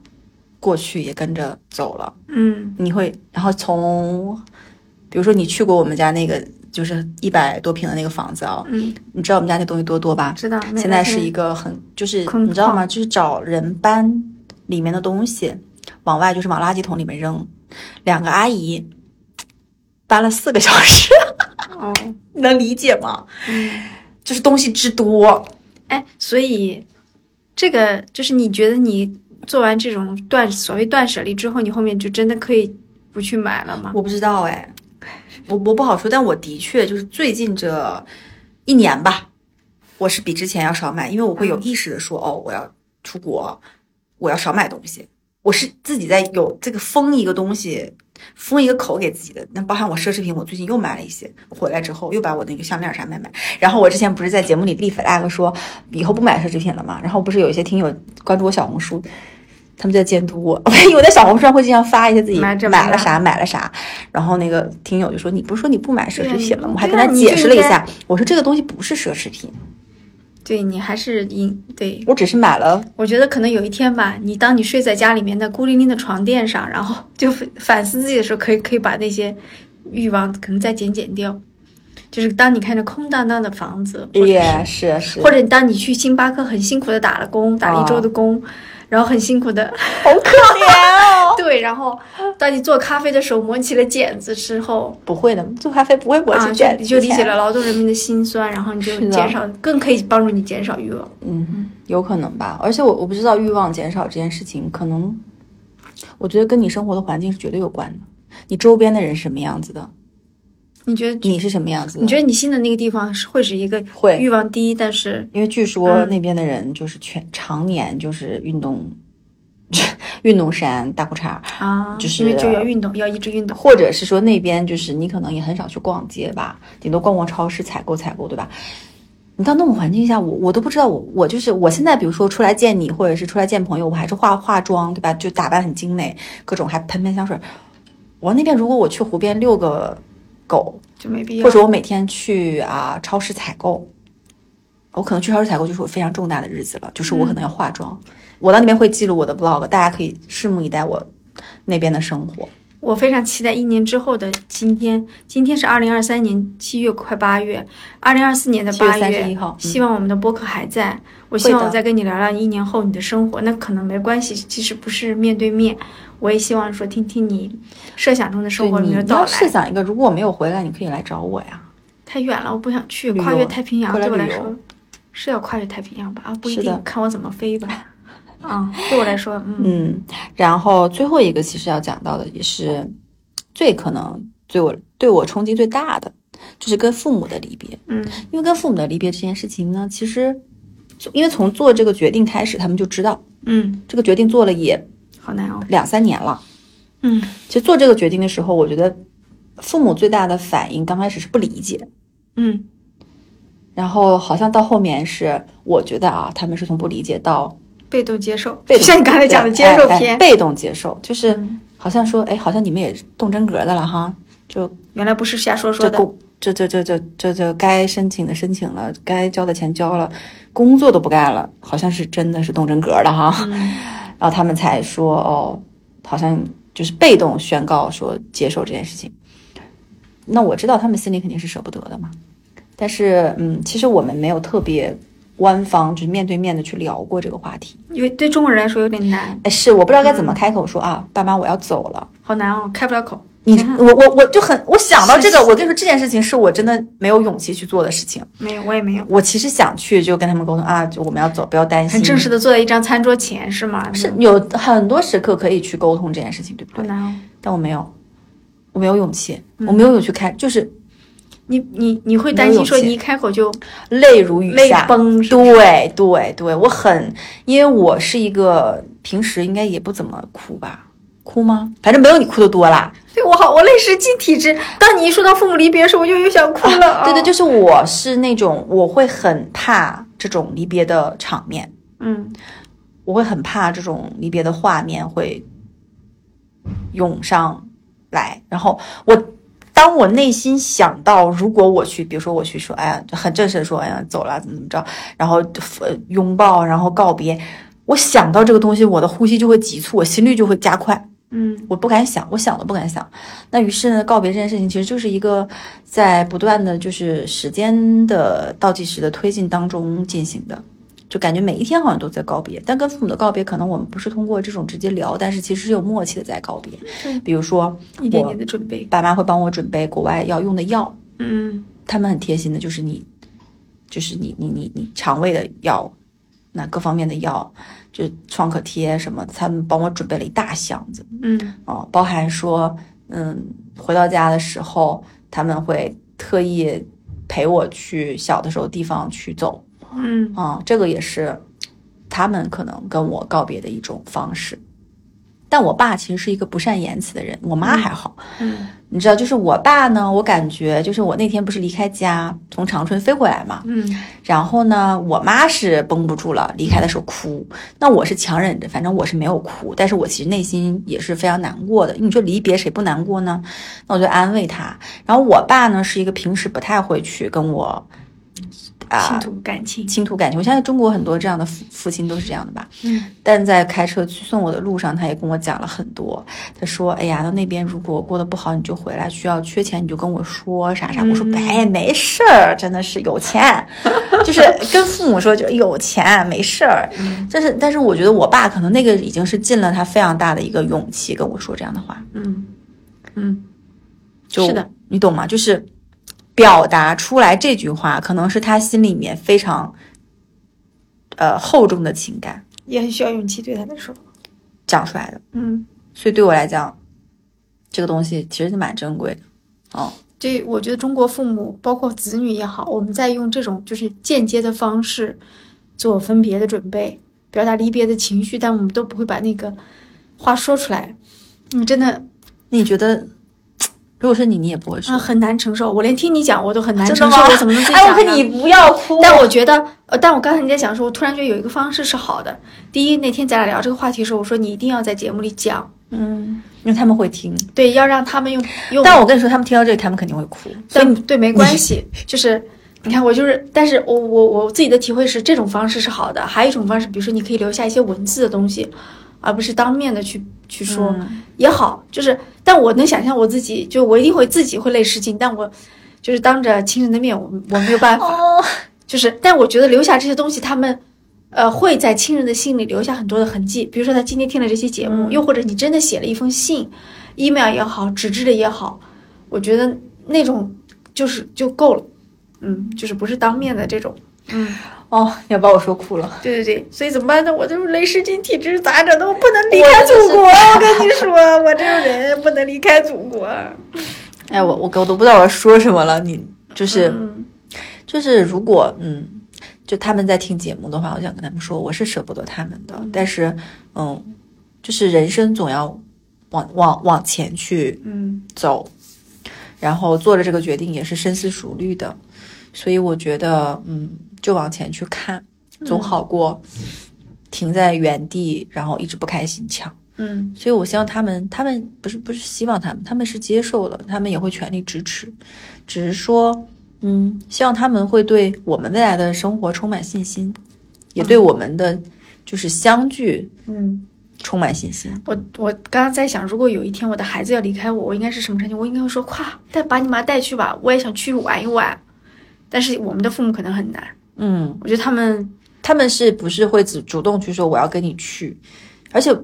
Speaker 2: 过去也跟着走了。
Speaker 1: 嗯
Speaker 2: 你会，然后从，比如说你去过我们家那个就是一百多平的那个房子啊、
Speaker 1: 嗯，
Speaker 2: 你知道我们家那东西多多吧？
Speaker 1: 知道。
Speaker 2: 现在是
Speaker 1: 每
Speaker 2: 一个很就是
Speaker 1: 空
Speaker 2: 你知道
Speaker 1: 旷
Speaker 2: 吗？就是找人搬里面的东西往外，就是往垃圾桶里面扔。两个阿姨搬了四个小时，
Speaker 1: 天哦，
Speaker 2: 你能理解吗？
Speaker 1: 嗯，
Speaker 2: 就是东西之多，
Speaker 1: 哎，所以这个就是你觉得你做完这种断所谓断舍离之后，你后面就真的可以不去买了吗？
Speaker 2: 我不知道 哎，我我不好说，但我的确就是最近这一年吧，我是比之前要少买，因为我会
Speaker 1: 嗯
Speaker 2: 有意识的说，哦，我要出国，我要少买东西。我是自己在有这个封一个东西，封一个口给自己的。那包含我奢侈品，我最近又买了一些，回来之后又把我那个项链啥买买。然后我之前不是在节目里立 flag 说以后不买奢侈品了嘛？然后不是有一些听友关注我小红书，他们就在监督我， 因为我在小红书上会经常发一些自己
Speaker 1: 买这
Speaker 2: 买
Speaker 1: 买那
Speaker 2: 了啥买了啥。然后那个听友就说：“你不是说你不买奢
Speaker 1: 对啊
Speaker 2: 侈
Speaker 1: 你
Speaker 2: 品了吗？”我还
Speaker 1: 对
Speaker 2: 跟
Speaker 1: 啊
Speaker 2: 他
Speaker 1: 你
Speaker 2: 解
Speaker 1: 就
Speaker 2: 释
Speaker 1: 应
Speaker 2: 了一
Speaker 1: 该
Speaker 2: 下，我说这个东西不是奢侈品，
Speaker 1: 对你还是应对
Speaker 2: 我只是买了
Speaker 1: 我觉得可能有一天吧，你当你睡在家里面的孤零零的床垫上，然后就反反思自己的时候，可以可以把那些欲望可能再减减掉。就是当你看着空荡荡的房子，或者
Speaker 2: 也
Speaker 1: 是
Speaker 2: 是是，
Speaker 1: 或者当你去星巴克很辛苦的打了工，打了一周的工，然后很辛苦的
Speaker 2: 好可怜哦。
Speaker 1: 对，然后当你做咖啡的手磨起了茧子之后，
Speaker 2: 不会的，做咖啡不会我
Speaker 1: 啊，
Speaker 2: 去
Speaker 1: 就
Speaker 2: 卷，
Speaker 1: 你就理解了。劳动人民的辛酸，然后你就是
Speaker 2: 的
Speaker 1: 减少，更可以帮助你减少欲望。
Speaker 2: 嗯，有可能吧。而且我我不知道欲望减少这件事情，可能我觉得跟你生活的环境是绝对有关的。你周边的人是什么样子的，
Speaker 1: 你觉得？
Speaker 2: 你是什么样子的？
Speaker 1: 你觉得你新的那个地方是会是一个
Speaker 2: 会
Speaker 1: 欲望低，但是
Speaker 2: 因为据说
Speaker 1: 嗯
Speaker 2: 那边的人就是全、常年就是运动， 运动衫、大裤衩，
Speaker 1: 啊，
Speaker 2: 就是
Speaker 1: 因为就要运动，要一直运动。
Speaker 2: 或者是说那边就是你可能也很少去逛街吧，顶多逛逛超市采购采购，对吧？你到那种环境下，我我都不知道我我就是我现在，比如说出来见你，或者是出来见朋友，我还是化化妆，对吧？就打扮很精美，各种还喷喷香水。我那边如果我去湖边遛个狗，
Speaker 1: 就没必要。
Speaker 2: 或者我每天去啊超市采购，我可能去超市采购就是我非常重大的日子了，就是我可能要化妆。我到那边会记录我的 vlog，大家可以拭目以待我那边的生活。
Speaker 1: 我非常期待一年之后的今天。今天是二零二三年七月，快八月，二零二四年的
Speaker 2: 七月
Speaker 1: 八
Speaker 2: 三十一号，
Speaker 1: 希望我们的播客还在。我
Speaker 2: 嗯会
Speaker 1: 希望
Speaker 2: 的
Speaker 1: 我再跟你聊聊你一年后你的生活，那可能没关系，即使不是面对面，我也希望说听听你设想中的生活
Speaker 2: 对
Speaker 1: 有
Speaker 2: 你
Speaker 1: 没有
Speaker 2: 你
Speaker 1: 到
Speaker 2: 要设
Speaker 1: 来。
Speaker 2: 想一个，如果我没有回来，你可以来找我呀。
Speaker 1: 太远了，我不想去，
Speaker 2: 旅游
Speaker 1: 跨越太平洋
Speaker 2: 过来
Speaker 1: 对我来
Speaker 2: 旅游
Speaker 1: 说是要跨越太平洋吧？啊，不一
Speaker 2: 是的
Speaker 1: 定，看我怎么飞吧。 啊，对我来说，嗯，
Speaker 2: 嗯，然后最后一个其实要讲到的也是最可能对我对我冲击最大的，就是跟父母的离别。
Speaker 1: 嗯
Speaker 2: 因为跟父母的离别这件事情呢，其实因为从做这个决定开始，他们就知道
Speaker 1: 嗯，
Speaker 2: 这个决定做了也
Speaker 1: 好难哦。
Speaker 2: 两三年了。
Speaker 1: 嗯
Speaker 2: 其实做这个决定的时候，我觉得父母最大的反应刚开始是不理解，
Speaker 1: 嗯
Speaker 2: 然后好像到后面是我觉得啊，他们是从不理解到
Speaker 1: 被动接受，
Speaker 2: 被
Speaker 1: 就
Speaker 2: 动
Speaker 1: 像你刚才讲的
Speaker 2: 对
Speaker 1: 接受
Speaker 2: 哎哎
Speaker 1: 篇，
Speaker 2: 被动接受就是
Speaker 1: 嗯
Speaker 2: 好像说，哎，好像你们也动真格的了哈，就
Speaker 1: 原来不是瞎说说
Speaker 2: 这
Speaker 1: 的。
Speaker 2: 工这这这这这这该申请的申请了，该交的钱交了，工作都不干了，好像是真的是动真格的哈，
Speaker 1: 嗯
Speaker 2: 然后他们才说哦，好像就是被动宣告说接受这件事情。那我知道他们心里肯定是舍不得的嘛，但是嗯，其实我们没有特别官方就是面对面的去聊过这个话题。
Speaker 1: 因为对中国人来说有点难，
Speaker 2: 哎，是我不知道
Speaker 1: 嗯
Speaker 2: 该怎么开口说啊，爸妈，我要走了。
Speaker 1: 好难哦，开不了口。
Speaker 2: 你
Speaker 1: 天啊
Speaker 2: 我我我就很我想到这个，
Speaker 1: 是是
Speaker 2: 我跟你说这件事情是我真的没有勇气去做的事情。
Speaker 1: 没有，我也没有。
Speaker 2: 我其实想去就跟他们沟通啊，就我们要走，不要担心。
Speaker 1: 很正式的坐在一张餐桌前嗯是吗？
Speaker 2: 是有很多时刻可以去沟通这件事情，对不
Speaker 1: 好
Speaker 2: 对？
Speaker 1: 难哦。
Speaker 2: 但我没有，我没有勇气，
Speaker 1: 嗯
Speaker 2: 我没有勇气开，就是
Speaker 1: 你你你会担心说
Speaker 2: 没有勇气
Speaker 1: 你一开口就
Speaker 2: 泪如雨
Speaker 1: 泪
Speaker 2: 下。
Speaker 1: 崩是吗？
Speaker 2: 对对对，我很，因为我是一个平时应该也不怎么哭吧，哭吗？反正没有你哭的多啦。
Speaker 1: 对我好，我泪失禁体质。当你一说到父母离别的时候，我就又想哭了。啊
Speaker 2: 对对，就是是我是那种我会很怕这种离别的场面，
Speaker 1: 嗯
Speaker 2: 我会很怕这种离别的画面会涌上来。然后我当我内心想到，如果我去，比如说我去说，哎呀，很正式的说，哎呀，走了，怎么怎么着，然后呃拥抱，然后告别。我想到这个东西，我的呼吸就会急促，我心率就会加快。
Speaker 1: 嗯
Speaker 2: 我不敢想，我想都不敢想。那于是呢，告别这件事情其实就是一个在不断的就是时间的倒计时的推进当中进行的，就感觉每一天好像都在告别。但跟父母的告别，可能我们不是通过这种直接聊，但是其实是有默契的在告别
Speaker 1: 对。
Speaker 2: 比如说，
Speaker 1: 一点点的准备。
Speaker 2: 爸妈会帮我准备国外要用的药，
Speaker 1: 嗯
Speaker 2: 他们很贴心的，就是你，就是你你你你肠胃的药，那各方面的药，就是创可贴什么，他们帮我准备了一大箱子。
Speaker 1: 嗯
Speaker 2: 哦，包含说，嗯，回到家的时候，他们会特意陪我去小的时候地方去走
Speaker 1: 嗯，
Speaker 2: 啊、这个也是他们可能跟我告别的一种方式。但我爸其实是一个不善言辞的人，我妈还好，
Speaker 1: 嗯
Speaker 2: 你知道，就是我爸呢，我感觉就是我那天不是离开家从长春飞回来嘛，
Speaker 1: 嗯
Speaker 2: 然后呢，我妈是绷不住了，离开的时候哭。那我是强忍着，反正我是没有哭，但是我其实内心也是非常难过的。你说离别谁不难过呢？那我就安慰她。然后我爸呢，是一个平时不太会去跟我
Speaker 1: 倾
Speaker 2: 啊
Speaker 1: 吐感情。
Speaker 2: 倾吐感情。我相信中国很多这样的父父亲都是这样的吧。
Speaker 1: 嗯
Speaker 2: 但在开车去送我的路上，他也跟我讲了很多。他说：“哎呀，到那边如果过得不好，你就回来，需要缺钱你就跟我说啥啥。”我说：“哎，没事儿，真的是有钱，就是跟父母说就有钱，没事儿。”
Speaker 1: 嗯
Speaker 2: 但是，但是我觉得我爸可能那个已经是尽了他非常大的一个勇气跟我说这样的话。
Speaker 1: 嗯嗯，
Speaker 2: 就是
Speaker 1: 的，
Speaker 2: 你懂吗？就是表达出来这句话，可能是他心里面非常呃厚重的情感
Speaker 1: 也很需要勇气对他来说。
Speaker 2: 长出来的。
Speaker 1: 嗯。
Speaker 2: 所以对我来讲，这个东西其实是蛮珍贵的。哦，
Speaker 1: 对，我觉得中国父母包括子女也好，我们在用这种就是间接的方式做分别的准备，表达离别的情绪，但我们都不会把那个话说出来。嗯，真的，
Speaker 2: 那你觉得，如果是你，你也不会说？
Speaker 1: 嗯，很难承受。我连听你讲我都很难
Speaker 2: 真的
Speaker 1: 承
Speaker 2: 吗
Speaker 1: 受，我怎么能自己
Speaker 2: 啊哎，
Speaker 1: 讲
Speaker 2: 我
Speaker 1: 呢？
Speaker 2: 看你不要哭。
Speaker 1: 但我觉得，呃，但我刚才你在讲的时候，我突然觉得有一个方式是好的。第一，那天咱俩聊这个话题的时候，我说你一定要在节目里讲，
Speaker 2: 嗯，因为他们会听。
Speaker 1: 对，要让他们用用。
Speaker 2: 但我跟你说，他们听到这里，他们肯定会哭。所以
Speaker 1: 但对没关系，就是你看，我就是，但是我我我自己的体会是，这种方式是好的。还有一种方式，比如说你可以留下一些文字的东西，而不是当面的去去说、
Speaker 2: 嗯
Speaker 1: 也好。就是，但我能想象我自己，就我一定会自己会累失禁，但我就是当着亲人的面，我我没有办法。
Speaker 3: 哦，
Speaker 1: 就是，但我觉得留下这些东西，他们呃会在亲人的心里留下很多的痕迹。比如说他今天听了这期节目，
Speaker 2: 嗯
Speaker 1: 又或者你真的写了一封信，email 也好，纸质的也好，我觉得那种就是就够了。嗯，就是不是当面的这种。嗯，
Speaker 2: 哦，要把我说哭了。
Speaker 1: 对对对，所以怎么办呢？我就是雷失禁体质，咋整都不能离开
Speaker 3: 我
Speaker 1: 祖
Speaker 3: 就是
Speaker 1: 国。我跟你说，我这种人不能离开祖国。
Speaker 2: 哎，我我我都不知道我要说什么了。你就是、
Speaker 1: 嗯
Speaker 2: 就是，如果嗯，就他们在听节目的话，我想跟他们说，我是舍不得他们的，但是嗯，就是人生总要往往往前去
Speaker 1: 嗯
Speaker 2: 走，然后做了这个决定也是深思熟虑的，所以我觉得嗯，就往前去看，总好过停在原地，然后一直不开心腔。
Speaker 1: 嗯
Speaker 2: 所以我希望他们，他们不是不是希望他们，他们是接受的，他们也会全力支持，只是说，嗯，希望他们会对我们未来的生活充满信心，也对我们的就是相聚
Speaker 1: 嗯。
Speaker 2: 充满信心。
Speaker 1: 我我刚刚在想，如果有一天我的孩子要离开我，我应该是什么场景？我应该会说：“快带把你妈带去吧，我也想去玩一玩。”但是我们的父母可能很难，
Speaker 2: 嗯，
Speaker 1: 我觉得他们
Speaker 2: 他们是不是会主主动去说我要跟你去？而且，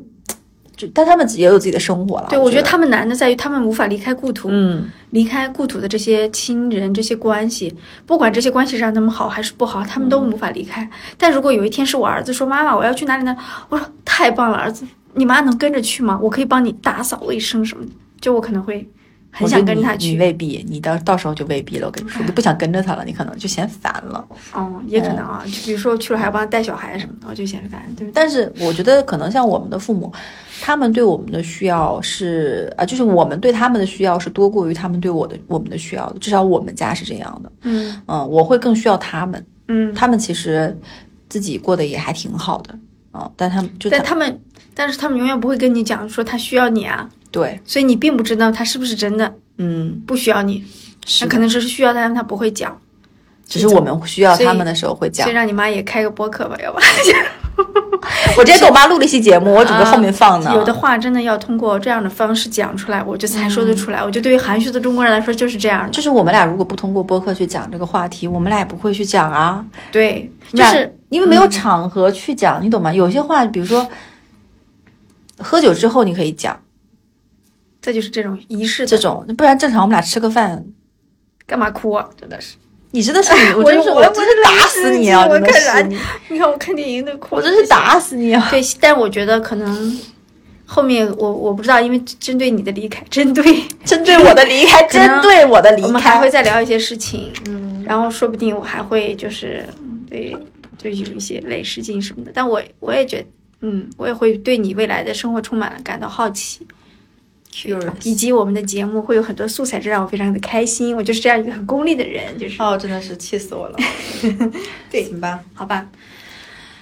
Speaker 2: 就但他们也有自己的生活了。
Speaker 1: 对我觉
Speaker 2: 觉
Speaker 1: 得他们难的在于他们无法离开故土，
Speaker 2: 嗯，
Speaker 1: 离开故土的这些亲人、这些关系，不管这些关系让他们好还是不好，他们都无法离开。但如果有一天是我儿子说：“妈妈，我要去哪里呢？”我说：“太棒了，儿子，你妈能跟着去吗？我可以帮你打扫卫生什么的。”就我可能会很
Speaker 2: 我觉
Speaker 1: 想
Speaker 2: 得
Speaker 1: 跟
Speaker 2: 你
Speaker 1: 他
Speaker 2: 你
Speaker 1: 去，
Speaker 2: 未必，你到到时候就未必了。我跟你说，你不想跟着他了，你可能就嫌烦了。
Speaker 1: 哦，也可能
Speaker 2: 嗯
Speaker 1: 啊，就比如说去了还要帮他带小孩什么的，我就嫌烦，对不对？
Speaker 2: 但是我觉得可能像我们的父母，他们对我们的需要是啊，就是我们对他们的需要是多过于他们对我的我们的需要的，至少我们家是这样的。
Speaker 1: 嗯
Speaker 2: 嗯，我会更需要他们，
Speaker 1: 嗯，
Speaker 2: 他们其实自己过得也还挺好的啊、但他们就
Speaker 1: 但他们，但是他们永远不会跟你讲说他需要你啊，
Speaker 2: 对，
Speaker 1: 所以你并不知道他是不是真的
Speaker 2: 嗯，
Speaker 1: 不需要你，
Speaker 2: 是
Speaker 1: 那
Speaker 2: 的，
Speaker 1: 可能只是需要，但是他不会讲。
Speaker 2: 只是我们需要
Speaker 1: 所以
Speaker 2: 他们的时候会讲
Speaker 1: 所以。让你妈也开个播客吧，要不
Speaker 2: 我之前给我妈录了一期节目，我准备后面 放呢。
Speaker 1: 啊有的话真的要通过这样的方式讲出来，我就才说得出来。我觉得对于含蓄的中国人来说嗯就是这样的，
Speaker 2: 就是我们俩如果不通过播客去讲这个话题，我们俩也不会去讲啊。
Speaker 1: 对，就
Speaker 2: 那
Speaker 1: 是
Speaker 2: 因为没有场合去讲，你懂吗？有些话，比如说喝酒之后你可以讲
Speaker 1: 这就是这种仪式
Speaker 2: 这
Speaker 1: 的，
Speaker 2: 种，不然正常我们俩吃个饭，
Speaker 1: 干嘛哭啊？真的是，
Speaker 2: 你真的是你，
Speaker 1: 我
Speaker 2: 真是
Speaker 1: 我
Speaker 2: 我真是打死你啊！
Speaker 1: 我
Speaker 2: 真的
Speaker 1: 看
Speaker 2: 是
Speaker 1: 啥
Speaker 2: 你，
Speaker 1: 你看我看电影都哭了，
Speaker 2: 我真是打死你啊！
Speaker 1: 对，但我觉得可能后面我我不知道，因为针对你的离开，针对
Speaker 2: 针对我的离开，
Speaker 1: 可能
Speaker 2: 针对我的
Speaker 1: 我
Speaker 2: 离
Speaker 1: 们还
Speaker 2: 开
Speaker 1: 会，再聊一些事情，嗯，然后说不定我还会就是嗯对，就有一些类事情什么的，但我我也觉得。嗯，我也会对你未来的生活充满了感到好奇，以及我们的节目会有很多素材，这让我非常的开心。我就是这样一个很功利的人，就是、
Speaker 2: 哦，真的是气死 我了。
Speaker 1: 对
Speaker 2: 行吧。
Speaker 1: 好吧，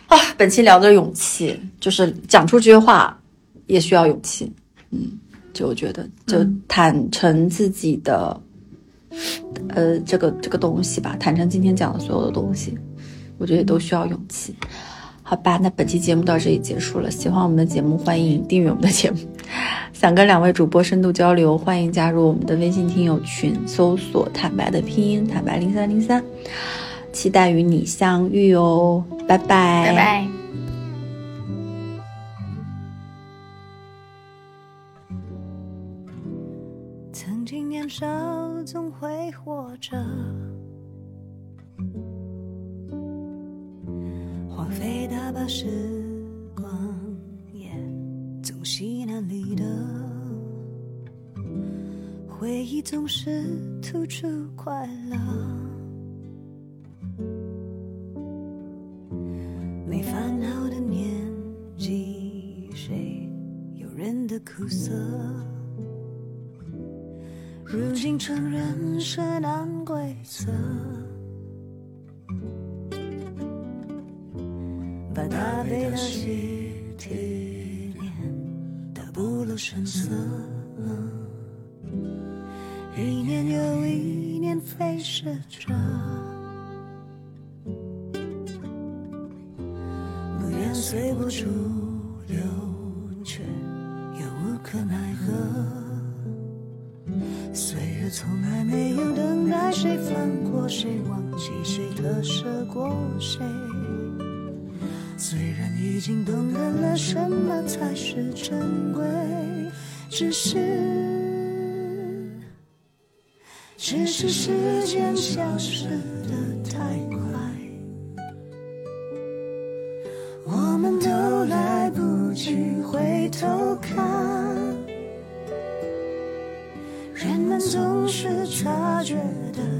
Speaker 2: 啊，本期聊的是勇气，就是讲出这些话也需要勇气。嗯，就我觉得，就坦诚自己的，呃，这个这个东西吧，坦诚今天讲的所有的东西，我觉得都需要勇气。好吧，那本期节目到这里结束了。喜欢我们的节目，欢迎订阅我们的节目。 想跟两位主播深度交流，欢迎加入我们的微信听友群，搜索“坦白”的拼音“坦白零三零三”，期待与你相遇哦，拜拜，
Speaker 1: 拜拜。
Speaker 3: 曾经年少总会活着，荒废大把时光也总稀难离的，回忆总是突出快乐，没烦恼的年纪，谁有人的苦涩？如今承认是难规则，把大悲的喜提炼到不露声色，一年又一年飞逝着，随波逐流，却又无可奈何。岁月从来没有等待谁放过谁，忘记谁割舍过谁。虽然已经懂得了什么才是珍贵，只是，只是时间消失的太快。我们都来不及回头看，人们总是察觉的